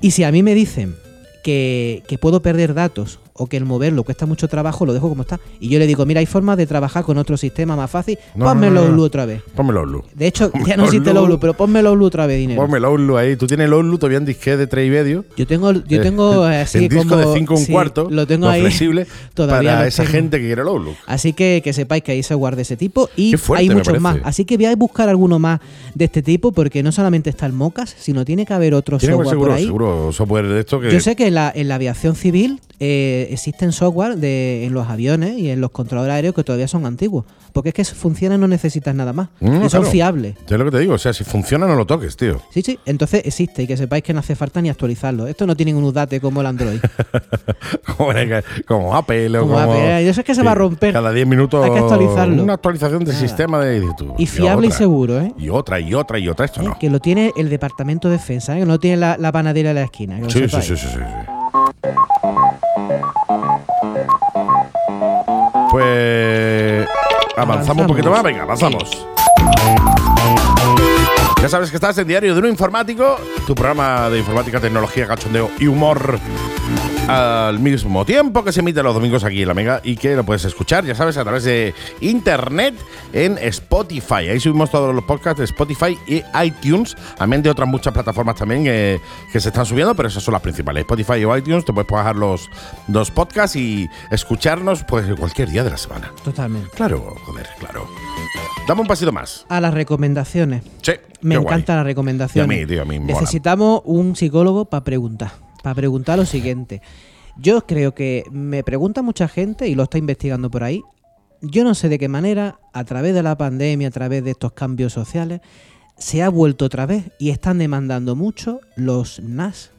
Y si a mí me dicen que, que puedo perder datos o que el moverlo cuesta mucho trabajo, lo dejo como está. Y yo le digo, mira, hay formas de trabajar con otro sistema más fácil,
No,
ponme
no, no,
el
no.
Outlook otra vez.
Pónmelo, Lu.
De hecho,
Ponme
ya no existe el
Outlook.
Outlook, pero ponme el Outlook otra vez, dinero.
Pónmelo, Lu, ahí. Tú tienes el Outlook todavía en disque de 3 y medio.
Yo tengo, yo
Eh,
tengo así
en disco
como
de 5 un
sí,
cuarto.
lo tengo ahí
flexible
todavía
para
lo
esa
tengo.
gente que quiere el Outlook.
Así que que sepáis que hay software de ese tipo y
Qué fuerte,
hay
me
muchos
parece.
más. Así que voy a buscar alguno más de este tipo porque no solamente está el Mocas, sino tiene que haber otro
Tiene que
software
haber seguro,
por ahí.
seguro software de esto que.
Yo sé que en la, en la aviación civil eh, existen software de, en los aviones y en los controladores aéreos que todavía son antiguos. Porque es que funcionan, no necesitas nada más.
Mm,
y son
claro.
fiables.
Ya es lo que te digo. O sea, si funciona, no lo toques, tío.
Sí, sí, entonces existe y que sepáis que no hace falta ni actualizarlo. Esto no tiene un update como el Android.
como, como Apple o como,
Como Apple, yo sé que se va a romper.
Cada 10 minutos
Hay que actualizarlo.
Una actualización del
Nada.
sistema de dices tú,
Y fiable y
otra,
seguro, ¿eh?
Y otra, y otra, y otra. Esto
¿Eh?
no.
Que lo tiene el Departamento de Defensa, ¿eh? que no lo tiene la, la panadera de la esquina. que lo
Sí, sí,
sepáis.
sí, sí, sí, sí. Pues avanzamos un
Avanzamos.
poquito más, venga, avanzamos. Ya sabes que estás en Diario de un Informático tu programa de informática, tecnología, cachondeo y humor al mismo tiempo que se emite los domingos aquí en la Mega y que lo puedes escuchar, ya sabes, a través de internet en Spotify. Ahí subimos todos los podcasts de Spotify y iTunes, amén de otras muchas plataformas también eh, que se están subiendo, pero esas son las principales. Spotify o iTunes, te puedes bajar los dos podcasts y escucharnos pues cualquier día de la semana.
Totalmente.
Claro, joder, claro. Dame un pasito más.
A las recomendaciones.
Sí,
Me
qué guay.
encantan las recomendaciones.
Y a mí, tío, a mí mola.
Necesitamos un psicólogo para preguntar. Para preguntar lo siguiente. Yo creo que me pregunta mucha gente y lo está investigando por ahí. Yo no sé de qué manera, a través de la pandemia, a través de estos cambios sociales, se ha vuelto otra vez y están demandando mucho los NAS.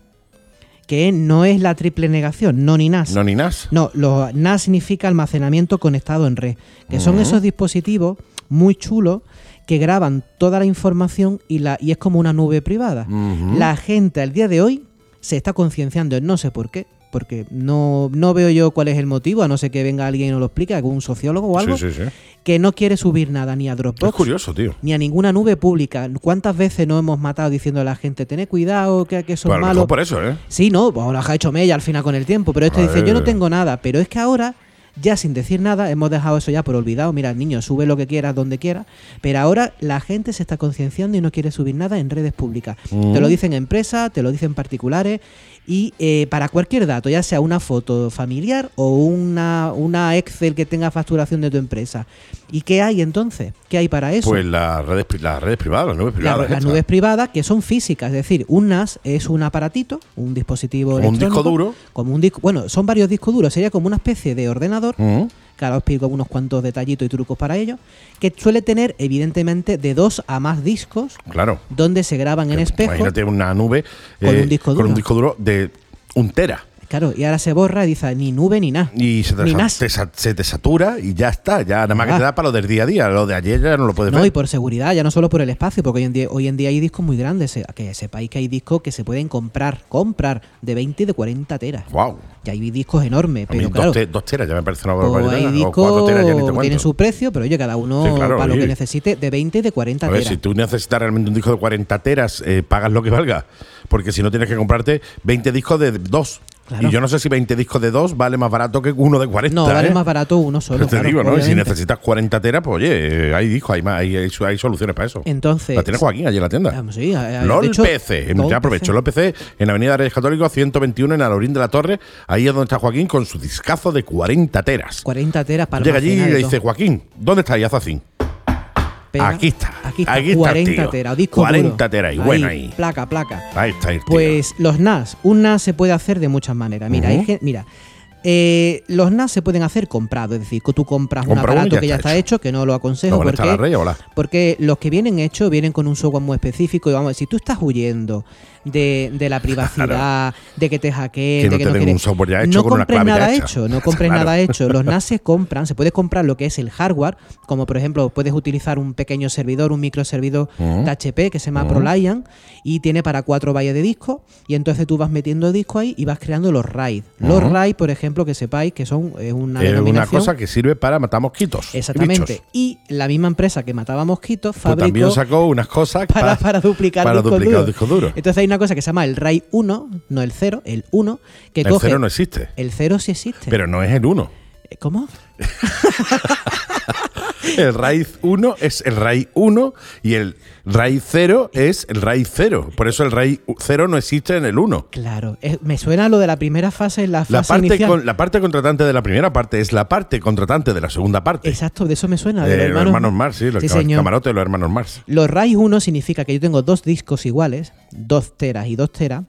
Que no es la triple negación, no ni NAS.
No, ni nas.
No, los NAS significa almacenamiento conectado en red, que son esos dispositivos muy chulos que graban toda la información y, la, y es como una nube privada.
Ujú.
La gente al día de hoy se está concienciando, no sé por qué, porque no, no veo yo cuál es el motivo, a no ser que venga alguien y nos lo explique, algún sociólogo o algo,
Sí, sí, sí.
que no quiere subir nada ni a Dropbox.
Es curioso, tío.
Ni a ninguna nube pública. ¿Cuántas veces no hemos matado diciendo a la gente, tened cuidado, que, que son
Pero Pues, a lo
malos?
mejor por eso, ¿eh?
Sí, no, pues ahora ha hecho mella al final con el tiempo, pero este dice,
Joder.
yo no tengo nada, pero es que ahora, ya sin decir nada, hemos dejado eso ya por olvidado, mira, niño, sube lo que quieras, donde quieras, pero ahora la gente se está concienciando y no quiere subir nada en redes públicas. Te lo dicen empresas, te lo dicen particulares, y eh, para cualquier dato, ya sea una foto familiar o una, una Excel que tenga facturación de tu empresa. ¿Y qué hay entonces? ¿Qué hay para eso?
Pues las redes, pri- las redes privadas, las nubes
Claro,
privadas.
las
estas.
nubes privadas que son físicas, es decir, un NAS es un aparatito, un dispositivo
Como un
electrónico,
disco duro.
como un disco, bueno, son varios discos duros, sería como una especie de ordenador,
Ujú.
que ahora os explico unos cuantos detallitos y trucos para ello, que suele tener evidentemente de dos a más discos
Claro.
donde se graban en espejo.
Imagínate una nube eh,
Con un disco
con un
duro.
disco duro de un tera.
Claro, y ahora se borra y dice ni nube ni nada.
Y se te,
Ni
sa-
NAS.
te sa- se te satura y ya está. Ya nada más que
Ah.
te da para lo del día a día. Lo de ayer ya no lo puedes
No,
ver.
y por seguridad, ya no solo por el espacio, porque hoy en día, hoy en día hay discos muy grandes, se- que sepáis que hay discos que se pueden comprar, comprar de 20 y de 40 teras.
Wow.
Y hay discos enormes,
a mí
pero
dos,
claro,
te- dos teras ya me parece una
Pues
barbaridad.
hay
o cuatro
discos
teras ya ni te
que
cuento.
tienen su precio, pero oye, cada uno
Sí, claro,
para lo
oye.
que necesite, de 20 y de 40
A ver,
teras.
si tú necesitas realmente un disco de 40 teras, eh, pagas lo que valga. Porque si no tienes que comprarte 20 discos de dos.
Claro.
Y yo no sé si 20 discos de dos vale más barato que uno de 40.
no, vale
¿eh?
más barato uno solo.
Te
claro,
digo, ¿no? Y si
obviamente.
necesitas 40 teras, pues oye, eh, hay discos, hay, más, hay, hay su- hay soluciones para eso.
Entonces-
La tiene Joaquín allí en la tienda.
Ah, sí, a- a-
LOL
de hecho,
PC,
LOL
ya aprovecho,
PC.
LOL PC en Avenida Reyes Católicos 121 en Alorín de la Torre, ahí es donde está Joaquín con su discazo de 40 teras.
40 teras para
Llega allí y
almacenar
le
todo.
dice, Joaquín, ¿dónde está Yazacín?
Pega.
aquí está,
Aquí está,
aquí está el
40
tío.
teras, o disco
40
duro.
teras, y bueno ahí.
Placa, placa.
Ahí está el tío.
Pues los NAS, un NAS se puede hacer de muchas maneras. Mira, hay
Ujú.
gen- mira eh, los NAS se pueden hacer comprados, es decir, que tú compras un
Compra uno y
aparato
ya
que ya
está
está hecho. que no lo aconsejo
Lo conectas a la
porque,
red y hola.
porque los que vienen hechos vienen con un software muy específico y vamos, si tú estás huyendo de, de la privacidad, de que te hackeen,
Que no
de que
te
no
den
quieres-
un software ya hecho
no
con una
compres
clave ya
nada
hecha.
hecho, no compres
Claro.
nada hecho. Los NAS se compran, se puede comprar lo que es el hardware, como por ejemplo puedes utilizar un pequeño servidor, un microservidor
Ujú.
de HP que se
Mm.
llama ProLiant y tiene para cuatro valles de disco y entonces tú vas metiendo disco ahí y vas creando los RAID. Los
Ujú.
RAID, por ejemplo, que sepáis que son
Mm. es
eh, una
una
denominación...
cosa que sirve para matar mosquitos. y
Exactamente.
bichos.
Y la misma empresa que mataba mosquitos
Pues también
fabricó
sacó unas cosas
para, para duplicar,
para
discos
duplicar
duros.
discos duros.
Entonces hay una cosa que se llama el RAID 1, no el 0, el 1, que
El
coge...
cero no existe,
el 0 sí existe.
pero no es el uno.
Eh, ¿Cómo?
El raíz 1 es el raíz 1 y el raíz 0 es el raíz 0. Por eso el raíz 0 no existe en el 1.
Claro. eh, me suena lo de la primera fase, la fase
La parte,
inicial.
con- la parte contratante de la primera parte es la parte contratante de la segunda parte.
Exacto, de eso me suena.
Eh,
de
los hermanos Mars, sí, los
Sí,
cama-
señor.
camarotes de los hermanos Mars.
Los RAID 1 significa que yo tengo dos discos iguales, dos teras y dos teras,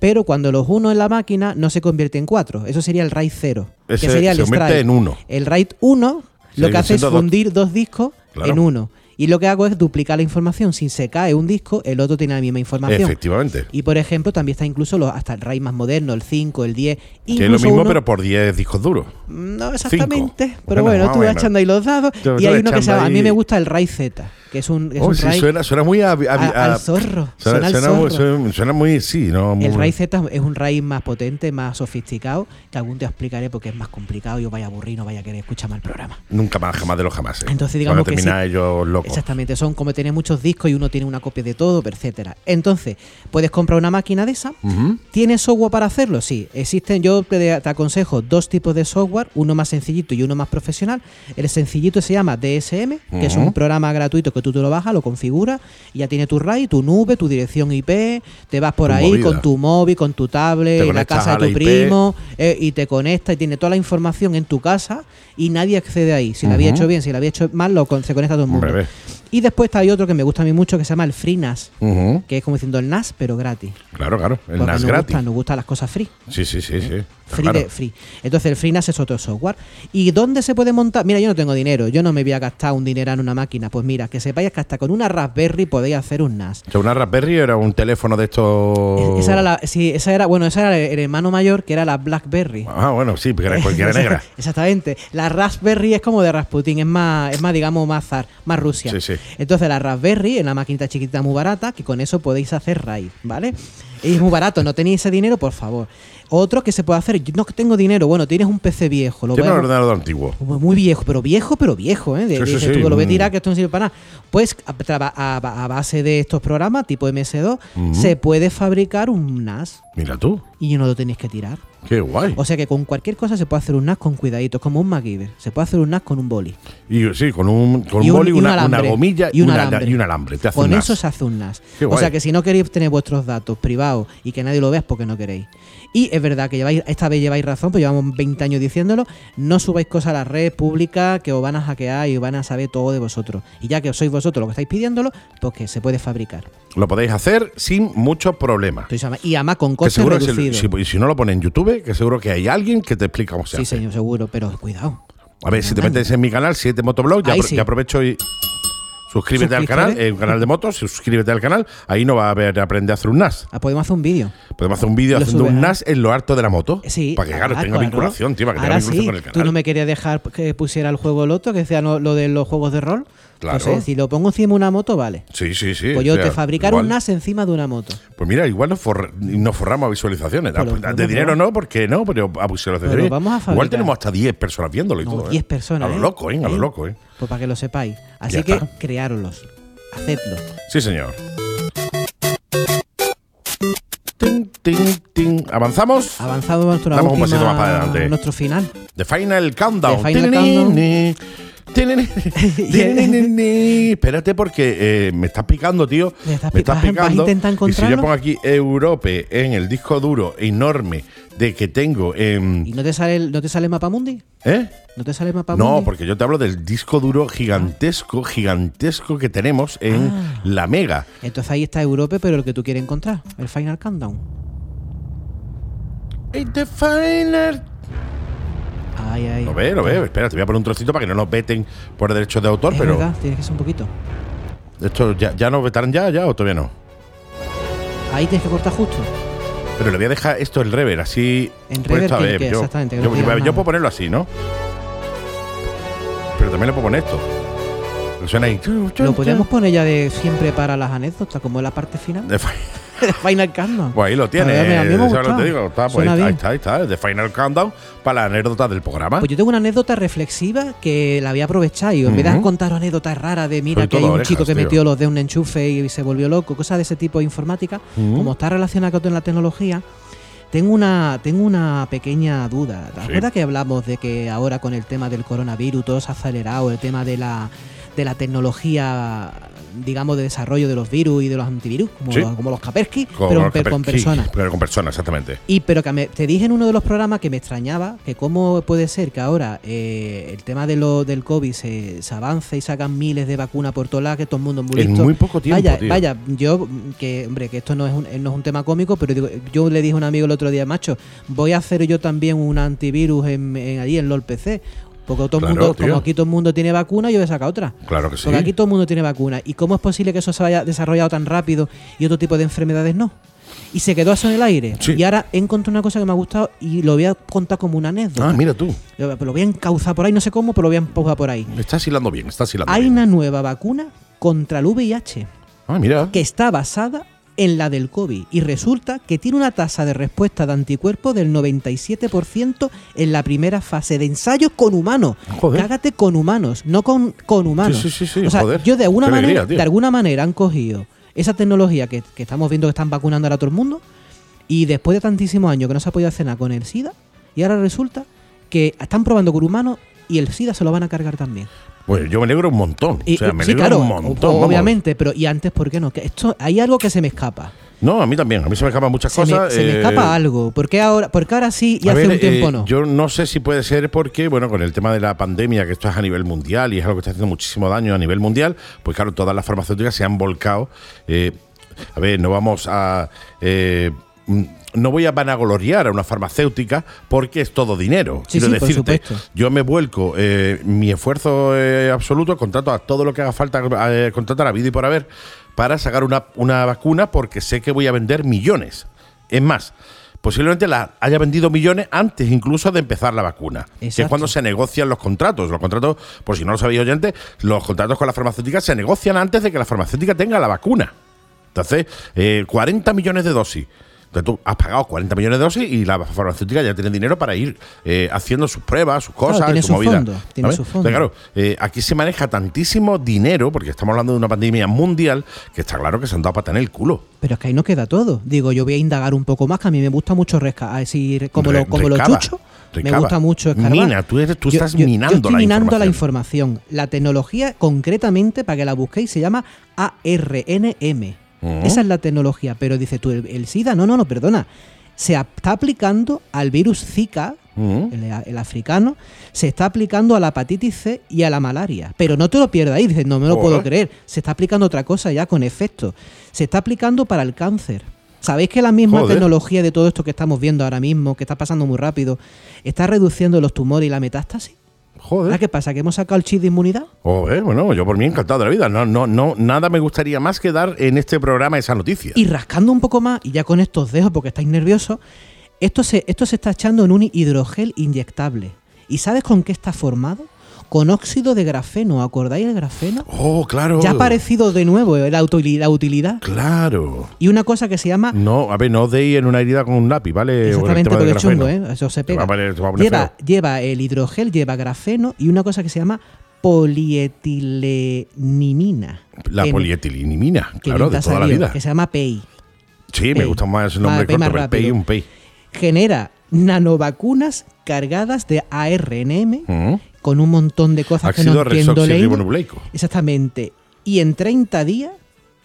pero cuando los uno en la máquina no se convierte en cuatro. Eso sería el RAID 0.
Ese
que sería el
se convierte
strike.
en uno.
El RAID 1 lo
Sigue
que hace es
siendo dos.
fundir dos discos
Claro.
en uno. Y lo que hago es duplicar la información. Si se cae un disco, el otro tiene la misma información.
Efectivamente.
Y por ejemplo, también está incluso los, hasta el RAID más moderno, el 5, el 10.
Que es lo
incluso
mismo,
uno-
pero por 10 discos duros.
No exactamente,
Cinco.
pero
Bueno,
bueno,
más
tú
o
vas
menos.
echando ahí los dados.
Yo
y
estoy
hay uno que se
echando
llama, a
ahí-
mí me gusta el RAID Z. que es un, es
Oh,
un
sí,
RAID
suena, suena muy a, a-
a-
a-
al zorro.
Suena,
suena al
suena muy-
zorro.
suena- suena muy, sí, ¿no? Muy-
El RAID Z es un RAID más potente, más sofisticado, que algún día explicaré porque es más complicado y os vaya a aburrir, no vaya a querer escuchar más el programa.
Nunca más, jamás de los jamás. eh.
Entonces, digamos
Van a
que
terminar
sí.
ellos locos.
Exactamente, son como tener muchos discos y uno tiene una copia de todo, etcétera. Entonces, puedes comprar una máquina de esa.
Ujú.
¿Tienes software para hacerlo? Sí, existen, yo te, te aconsejo dos tipos de software, uno más sencillito y uno más profesional. El sencillito se llama DSM, que es
Ujú.
un programa gratuito que tú te lo bajas, lo configuras, y ya tiene tu RAID, tu nube, tu dirección IP, te vas por
Tu
ahí
movida.
con tu móvil, con tu
Te
tablet, en la
conectas
casa
a
de tu
la IP.
primo, eh, y te conecta y tiene toda la información en tu casa y nadie accede ahí. Si la había
Ujú.
hecho bien, si la había hecho mal, lo con- se conecta todo el mundo.
Hombre, ve.
Y después hay otro que me gusta a mí mucho que se llama el FreeNAS,
Ujú.
que es como diciendo el NAS, pero gratis.
Claro, claro. El
Porque
NAS
nos
gratis.
Gusta, nos gustan las cosas free.
Sí, sí, sí, sí. Está
Free,
claro.
de, free. Entonces el FreeNAS es otro software. ¿Y dónde se puede montar? Mira, yo no tengo dinero, yo no me voy a gastar un dinero en una máquina. Pues mira, que sepáis que hasta con una Raspberry podéis hacer un NAS.
O sea, una Raspberry era un teléfono de estos.
Es- E-, Esa era la, sí, esa era, bueno, esa era el hermano mayor que era la BlackBerry.
Ah, bueno, sí, porque era cualquiera negra.
Exactamente. La Raspberry es como de Rasputin, es más, es más digamos, más zar, más Rusia.
Sí, sí.
Entonces la Raspberry es una maquinita chiquita muy barata que con eso podéis hacer RAID, ¿vale? Y es muy barato, no tenéis ese dinero, por favor. Otro que se puede hacer, yo no tengo dinero, bueno, tienes un PC viejo, lo
Tiene un
veo
ordenador antiguo.
muy muy viejo, pero viejo, pero viejo, ¿eh? De,
Sí, sí,
dices
sí, mm.
tú que lo ves
un-
tirar, que esto no sirve para nada. Pues a, traba- a ba- a base de estos programas tipo MS2
Ujú.
se puede fabricar un NAS
Mira tú.
y no lo tenéis que tirar.
Qué guay.
O sea que con cualquier cosa se puede hacer un NAS con cuidadito, como un MacGyver. Se puede hacer un NAS con un boli.
Y sí, con un, con un
y un-
boli,
y un
una, una
alambre.
gomilla
Y
y,
un
una-
alambre.
y un alambre. Te hace
Con
un
eso
NAS.
se hace un NAS.
Qué
O
guay.
sea que si no queréis tener vuestros datos privados y que nadie lo vea es porque no queréis. Y es verdad que lleváis, esta vez lleváis razón, pues llevamos 20 años diciéndolo, no subáis cosas a la red pública que os van a hackear y os van a saber todo de vosotros. Y ya que sois vosotros los que estáis pidiéndolo, porque se puede fabricar.
Lo podéis hacer sin muchos problemas.
Entonces, ama- y además con
Que
costes
seguro que si-
reducidos.
si, y si no lo pones en YouTube, que seguro que hay alguien que te explica cómo se
sí,
hace.
señor, seguro, pero cuidado.
A ver, si te metes en mi canal, 7 Motoblog, ya,
Ahí
apro-
sí.
ya aprovecho y. Suscríbete al
Suscríbete.
canal, es un canal de motos, suscríbete al canal, ahí no va a haber aprende a hacer un NAS.
Ah, Podemos hacer un vídeo.
Podemos hacer un vídeo
Lo
haciendo
subes,
un
¿eh?
NAS en lo harto de la moto.
Sí.
Para que, claro,
ahora,
tenga
claro.
vinculación, tío, para que tenga
Ahora
vinculación
sí,
con el canal.
Tú no me querías dejar que pusiera el juego el otro, que sea lo, lo de los juegos de rol.
Claro.
No sé, si lo pongo encima de una moto, vale.
Sí, sí, sí.
Pues yo
o sea,
te fabricar
igual-
un NAS encima de una moto.
Pues mira, igual nos, forra- nos forramos a visualizaciones.
Pues lo
de
podemos
dinero
probar.
no, porque no, pero a visualizaciones.
Pero vamos a
Igual
fabricar.
tenemos hasta 10 personas viéndolo y
No,
todo. ¿eh?
10 personas.
A lo
¿eh?
loco, ¿eh? A lo loco, ¿eh?
Pues para que lo sepáis. Así
Ya
que
está.
crearlos. Hacedlos.
Sí, señor. Tin, tin, tin. Avanzamos.
Avanzamos a nuestra
Damos un
última-
pasito más para adelante.
a nuestro final.
The Final Countdown.
The Final
Tinini,
Countdown.
ni, tinini, tinini. Espérate porque eh, me estás picando, tío.
Me estás
me
pi-
estás
vas a- vas a
picando.
intentar
Y si yo
encontrarlo.
pongo aquí Europe en el disco duro enorme de que tengo
¿Y
en...
no te sale el, no te sale el mapa mundi?
¿Eh?
¿No te sale el mapa mundi?
No, porque yo te hablo del disco duro gigantesco, gigantesco que tenemos en
Ah.
la Mega.
Entonces ahí está Europe, pero el que tú quieres encontrar. El Final Countdown.
It's the final
Ay, ay.
Lo veo, lo veo. Espera, te voy a poner un trocito para que no nos veten por derechos de autor,
Es
pero
verdad, tienes que ser un poquito.
esto ya, ya nos vetarán ya, ya o todavía no.
Ahí tienes que cortar justo.
Pero le voy a dejar esto el rever, así.
En
puesto
rever
a
que-
ver,
que
yo,
exactamente, que
yo-
no diga
yo- yo
nada.
puedo ponerlo así, ¿no? Pero también le puedo poner esto. Que Suena ahí.
Lo podemos poner ya de siempre para las anécdotas, como es la parte final.
The Fi-
Final Countdown.
Pues ahí lo tienes.
A mí- a mí me
¿sabes
ha
lo que
gustado.
te digo? Está, pues
Suena
ahí,
bien.
está, ahí está, ahí está. The Final Countdown para la anécdota del programa.
Pues yo tengo una anécdota reflexiva que la voy a aprovechar y en vez de
Ujú.
contar anécdotas raras de mira
Soy
que hay
todo
un
orejas,
chico que
tío.
metió los de un enchufe y se volvió loco, cosas de ese tipo de informática,
Ujú.
como está relacionada con la tecnología, tengo una, tengo una pequeña duda. ¿Te
Sí.
acuerdas que hablamos de que ahora con el tema del coronavirus todo se ha acelerado, el tema de la, de la tecnología, digamos, de desarrollo de los virus y de los antivirus, como,
Sí.
los, como los Kaspersky,
Con-
pero pe- con
sí,
personas?
Pero con personas, exactamente.
Y pero que me- te dije en uno de los programas que me extrañaba que cómo puede ser que ahora eh, el tema de lo, del COVID se, se avance y sacan miles de vacunas por todos lados, que todo el mundo es muy
En
listo.
muy poco tiempo,
Vaya,
tío.
vaya, yo mm, que hombre, que esto no es un, eh, no es un tema cómico, pero digo, yo le dije a un amigo el otro día, macho, voy a hacer yo también un antivirus en, en allí en LOL PC. Porque todo el
Claro,
mundo,
tío.
como aquí todo el mundo tiene vacuna, yo voy a sacar otra.
Claro que sí.
Porque aquí todo el mundo tiene vacuna. ¿Y cómo es posible que eso se haya desarrollado tan rápido y otro tipo de enfermedades no? Y se quedó eso en el aire.
Sí.
Y ahora he encontrado una cosa que me ha gustado y lo voy a contar como una anécdota.
Ah, mira tú.
Lo, lo voy a encauzar por ahí, no sé cómo, pero lo voy a empujar por ahí.
Estás hilando bien, estás hilando
Hay
bien.
una nueva vacuna contra el VIH,
Ah, mira.
que está basada en la del COVID y resulta que tiene una tasa de respuesta de anticuerpos del 97% en la primera fase de ensayos con humanos.
Joder.
Cágate con humanos, no con, con humanos.
Sí, sí, sí, sí,
o sea,
joder.
yo de alguna,
Qué alegría,
manera,
tío.
de alguna manera han cogido esa tecnología que, que estamos viendo que están vacunando ahora a todo el mundo y después de tantísimos años que no se ha podido hacer nada con el SIDA y ahora resulta que están probando con humanos y el SIDA se lo van a cargar también.
Pues yo me alegro un montón.
Y-
o sea, me
sí,
alegro
claro,
un montón.
o-
vamos.
obviamente, pero y antes, ¿por qué no? Que esto, hay algo que se me escapa.
No, a mí también. A mí se me escapan muchas
Se me,
cosas.
se me
eh,
escapa algo. ¿Por qué ahora, por qué ahora sí y
a
hace
ver,
un tiempo
eh,
no?
Yo no sé si puede ser porque, bueno, con el tema de la pandemia, que esto es a nivel mundial y es algo que está haciendo muchísimo daño a nivel mundial, pues claro, todas las farmacéuticas se han volcado. eh, a ver, no vamos a. eh, mm, no voy a vanagloriar a una farmacéutica porque es todo dinero.
Sí,
Quiero
sí, por
decirte,
supuesto.
yo me vuelco eh, mi esfuerzo eh, absoluto, contrato a todo lo que haga falta, eh, contratar a vida y por haber, para sacar una, una vacuna porque sé que voy a vender millones. Es más, posiblemente la haya vendido millones antes incluso de empezar la vacuna. Que es
Exacto.
cuando se negocian los contratos. Los contratos, por si no lo sabéis oyentes, los contratos con las farmacéuticas se negocian antes de que la farmacéutica tenga la vacuna. Entonces, eh, 40 millones de dosis. Entonces tú has pagado 40 millones de dosis y la farmacéutica ya tiene dinero para ir eh, haciendo sus pruebas, sus cosas,
tiene
su
su
movida.
fondo, tiene
¿sabes?
su fondo.
Entonces, claro, eh, aquí se maneja tantísimo dinero, porque estamos hablando de una pandemia mundial, que está claro que se han dado pata en el culo.
Pero es que ahí no queda todo. Digo, yo voy a indagar un poco más, que a mí me gusta mucho resca, a decir, como,
Re-
lo, como lo
recaba,
chucho,
recaba.
me gusta mucho escarbar.
Mina, tú eres- tú estás minando
yo estoy
la
minando la información. La tecnología, concretamente, para que la busquéis, se llama ARNM.
Ujú.
Esa es la tecnología. Pero dice tú, el, el SIDA, no, no, no, perdona. Se ap- está aplicando al virus Zika,
Mm.
el, el africano, se está aplicando a la hepatitis C y a la malaria. Pero no te lo pierdas ahí, dices, no me lo
Joder.
puedo creer. Se está aplicando otra cosa ya con efecto. Se está aplicando para el cáncer. ¿Sabéis que la misma
Joder.
tecnología de todo esto que estamos viendo ahora mismo, que está pasando muy rápido, está reduciendo los tumores y la metástasis?
Joder.
¿Ahora qué pasa? ¿Que hemos sacado el chip de inmunidad?
Joder, bueno, yo por mí encantado de la vida. No, no, no, nada me gustaría más que dar en este programa esa noticia.
Y rascando un poco más, y ya con estos dejo porque estáis nerviosos, esto se, esto se está echando en un hidrogel inyectable. ¿Y sabes con qué está formado? Con óxido de grafeno. ¿Acordáis el grafeno?
Oh, claro.
Ya ha aparecido de nuevo eh, la utili- la utilidad.
Claro.
Y una cosa que se llama.
No, a ver, no deis en una herida con un lápiz, ¿vale? O en Mm, el
Exactamente,
tema del
porque es
grafeno.
chungo, ¿eh? Eso se
Te va
pega.
a poner- te va a poner
Lleva,
feo.
lleva el hidrogel, lleva grafeno y una cosa que se llama polietilenimina.
La
que-
polietilinimina,
que
claro,
nunca
de toda la
salió,
vida.
Que se llama PEI.
Sí, me
Pei.
gusta más el nombre
Más- Pei más
corto, pero el pei,
rápido.
un pei.
Genera nanovacunas cargadas de ARNM
Mm.
con un montón de cosas que no
Ácido
entiendo leyendo.
ribonucleico.
Exactamente. Y en 30 días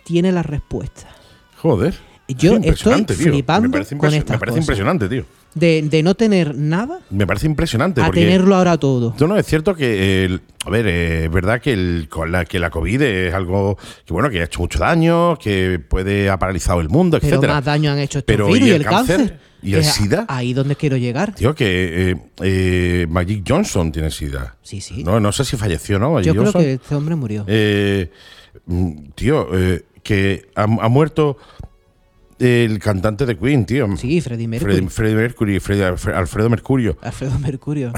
tiene la respuesta.
Joder.
Yo
Ah, Es impresionante,
estoy
tío.
flipando
me parece,
con
impresi-
estas
me parece
cosas.
impresionante, tío.
De, de no tener nada
Me parece impresionante.
a
porque
tenerlo ahora todo.
No, no, es cierto que, el- a ver, eh, es verdad que, el, con la, que la COVID es algo que, bueno, que ha hecho mucho daño, que puede ha paralizado el mundo,
Pero
etcétera.
más daño han hecho estos
Pero,
virus
¿y
y
el
el,
cáncer?
cáncer.
¿Y el
Es a-
SIDA?
Ahí donde quiero llegar.
Tío, que eh, eh, Magic Johnson tiene sida.
Sí, sí.
No, no sé si falleció, ¿no? Magic
Yo creo
Johnson.
que este hombre murió.
Eh, mm, tío, eh, que ha, ha muerto el cantante de Queen, tío.
sí, Freddie Mercury.
Freddie- Freddie Mercury, Freddie- Alfre- Alfredo Mercurio.
Alfredo Mercurio.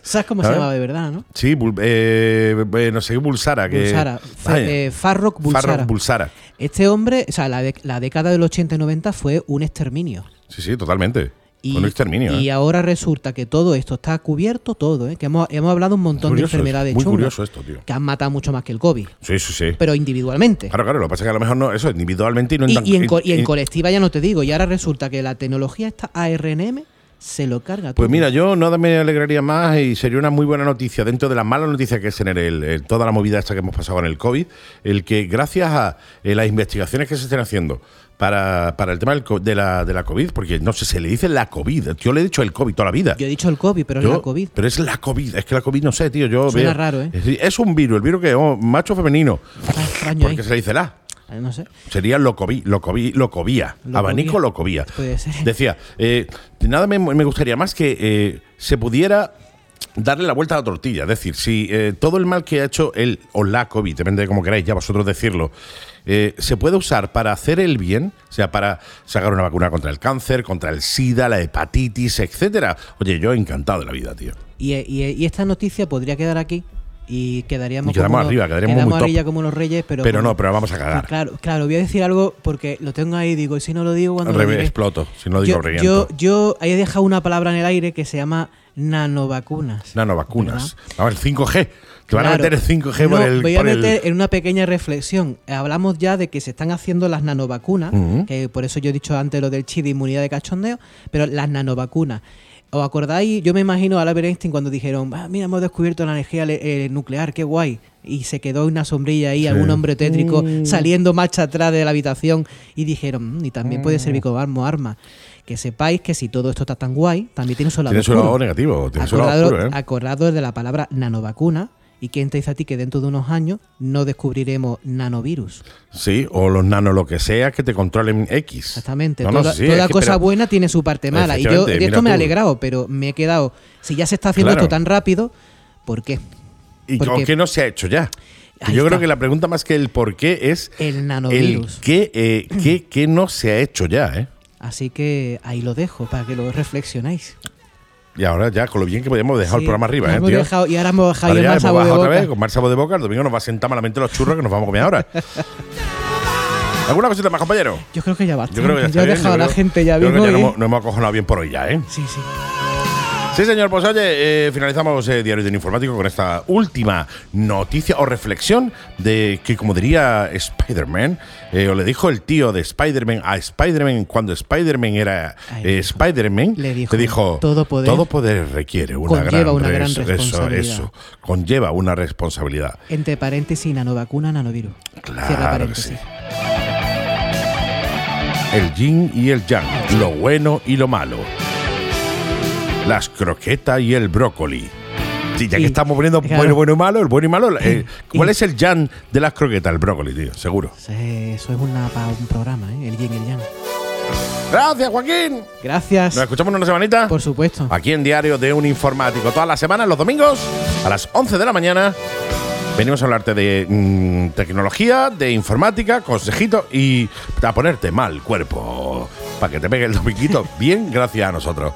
¿Sabes cómo se
¿Sabes?
llamaba de verdad, no?
Sí, Bul- eh, eh, no sé, Bulsara. Que,
Bulsara. Fa-
Ay,
eh, Farrock Bulsara.
Farrah Bulsara.
este hombre, o sea, la, de- la década del 80 y 90 fue un exterminio.
Sí, sí, totalmente.
Y,
Con exterminio.
y
eh.
ahora resulta que todo esto está cubierto, todo, ¿eh? que hemos, hemos hablado un montón
Curioso,
de enfermedades
Muy
chungas
curioso esto, tío.
que han matado mucho más que el COVID,
Sí, sí, sí.
pero individualmente.
Claro, claro, lo que pasa es que a lo mejor no, eso, individualmente y no
Y,
tan-
y en, co- y en
y-
colectiva ya no te digo. Y ahora resulta que la tecnología esta ARNM se lo carga.
Pues
todo.
mira, yo nada me alegraría más y sería una muy buena noticia dentro de las malas noticias que es tener el- el- toda la movida esta que hemos pasado en el COVID, el que gracias a eh, las investigaciones que se estén haciendo para, para el tema del co- de, la, de la COVID, porque no sé, se le dice la COVID, yo le he dicho el COVID toda la vida.
Yo he dicho el COVID, pero
Yo-
es la COVID.
Pero es la COVID, es que la COVID no sé, tío, yo
Suena
veo-
raro, ¿eh?
Es, decir, es un virus, el virus que es oh, macho femenino,
Está extraño ahí.
porque se le dice la.
Ah, No sé.
Sería locovi, locovi, locovía.
Locovía.
Abanico locovía.
Puede ser.
Decía, eh, nada me, me gustaría más que eh, se pudiera darle la vuelta a la tortilla. Es decir, si eh, todo el mal que ha hecho el o la COVID, depende de cómo queráis ya vosotros decirlo, eh, se puede usar para hacer el bien, o sea, para sacar una vacuna contra el cáncer, contra el SIDA, la hepatitis, etcétera. Oye, yo encantado de la vida, tío.
Y, y- y esta noticia podría quedar aquí, y quedaríamos,
Y quedamos
como unos-
arriba, quedaríamos muy top.
arriba como los reyes, pero...
Pero
como-
no, pero vamos a cagar.
Ah, Claro, claro, voy a decir algo porque lo tengo ahí, digo, y si no lo digo cuando... lo
Rebe-
diré?
exploto, si no digo
yo, yo,
reviento.
yo ahí he dejado una palabra en el aire que se llama nanovacunas.
Nanovacunas.
¿Verdad?
Vamos, el 5G. Te van a
Claro.
meter el 5G por
No,
el.
Voy a
por el-
meter en una pequeña reflexión. Hablamos ya de que se están haciendo las nanovacunas,
Ujú.
que por eso yo he dicho antes lo del chi de inmunidad de cachondeo, pero las nanovacunas. ¿Os acordáis? Yo me imagino a Albert Einstein cuando dijeron, "Ah, mira, hemos descubierto la energía le- eh, nuclear, qué guay. Y se quedó una sombrilla ahí, algún hombre tétrico saliendo marcha atrás de la habitación y dijeron, "Mm, y también puede servir como arma. Que sepáis que si todo esto está tan guay, también tiene su lado
Tiene su
oscuro.
lado negativo, tiene su lado
Acordado,
oscuro, ¿eh?
acordado de la palabra nanovacuna. ¿Y quién te dice a ti que dentro de unos años no descubriremos nanovirus?
Sí, o los nano lo que sea que te controlen X.
Exactamente.
No, no,
toda
sí,
toda
es que-
cosa
pero-
buena tiene su parte mala. Y yo
Efectivamente,
de
mira
esto me he
tú.
alegrado, pero me he quedado. Si ya se está haciendo
Claro.
esto tan rápido, ¿por qué?
¿Y
porque-
con qué no se ha hecho ya?
Ahí
Yo
está.
creo que la pregunta más que el por qué es
El
el
nanovirus.
qué, eh, qué- qué no se ha hecho ya, ¿eh?
Así que ahí lo dejo para que lo reflexionáis.
Y ahora ya, con lo bien que podíamos dejar el
Sí,
programa arriba,
lo
¿eh,
hemos
tío?
dejado- y ahora hemos bajado
Ahora
el
ya,
más
hemos
sabor de
bajado otra
boca.
vez, con más sabor de boca, el domingo nos va a sentar malamente los churros que nos vamos a comer ahora. ¿Alguna cosita más, compañero?
Yo creo que ya basta.
Yo creo que ya está
he
bien, yo
dejado a la
creo-
gente ya
yo creo
vivo.
que
¿eh?
no, hemos, no hemos acojonado bien por hoy ya, ¿eh?
Sí, sí.
Sí, señor, pues oye, eh, finalizamos eh, Diario de un Informático con esta última noticia o reflexión de que, como diría Spider-Man, eh, o le dijo el tío de Spider-Man a Spider-Man cuando Spider-Man era
Ahí
eh,
dijo.
Spider-Man,
Le dijo, "Todo poder
todo poder requiere una
conlleva
gran,
una gran
res- eso-
responsabilidad".
Eso, conlleva una responsabilidad.
Entre paréntesis, nanovacuna, nanovirus. Cierra
Claro que
paréntesis.
sí. El yin y el yang, lo bueno y lo malo. Las croquetas y el brócoli. Sí, ya
Y-
que estamos poniendo
claro.
bueno, bueno y malo, el bueno y malo. eh, ¿Cuál
Y-
es el yang de las croquetas? El brócoli, tío, seguro.
Sí, Eso es una, pa- un programa, ¿eh? el yin y el yang.
Gracias, Joaquín.
Gracias.
Nos escuchamos en una Ah. semanita.
Por supuesto.
Aquí en Diario de un Informático. Todas las semanas, los domingos, a las 11 de la mañana, venimos a hablarte de mm, tecnología, de informática, consejitos y a ponerte mal cuerpo. Para que te pegue el dominguito bien, gracias a nosotros.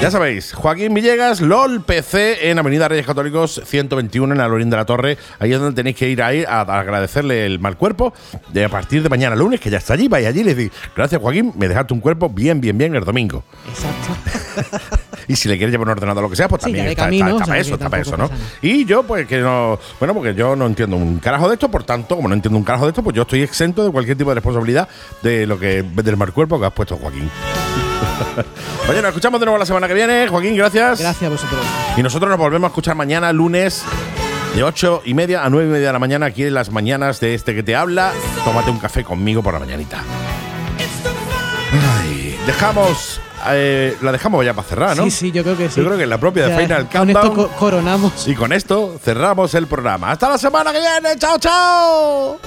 Ya sabéis, Joaquín Villegas, LOL PC en Avenida Reyes Católicos 121 en Alorín de la Torre. Ahí es donde tenéis que ir ahí a a agradecerle el mal cuerpo. De a partir de mañana lunes, que ya está allí, vais allí y le decís, gracias Joaquín, me dejaste un cuerpo bien, bien, bien el domingo.
Exacto.
Y si le quieres llevar un ordenador o lo que sea, pues
Sí,
también
ya de
está,
camino,
está- está
o sea,
para
que
eso, está para eso,
tampoco
¿no?
pasa nada.
Y yo, pues que no. Bueno, porque yo no entiendo un carajo de esto, por tanto, como no entiendo un carajo de esto, pues yo estoy exento de cualquier tipo de responsabilidad de lo que del mal cuerpo que has puesto, Joaquín. Oye, nos escuchamos de nuevo la semana que viene. Joaquín, gracias.
Gracias a vosotros.
Y nosotros nos volvemos a escuchar mañana, lunes, de 8 y media a 9 y media de la mañana, aquí en las mañanas de este que te habla. Tómate un café conmigo por la mañanita. Ay, dejamos. eh, la dejamos ya para cerrar, ¿no?
Sí, sí, yo creo que sí.
Yo creo que la propia de
Ya,
Final
Con esto
Countdown.
co- coronamos.
Y con esto cerramos el programa. ¡Hasta la semana que viene! ¡Chao, chao!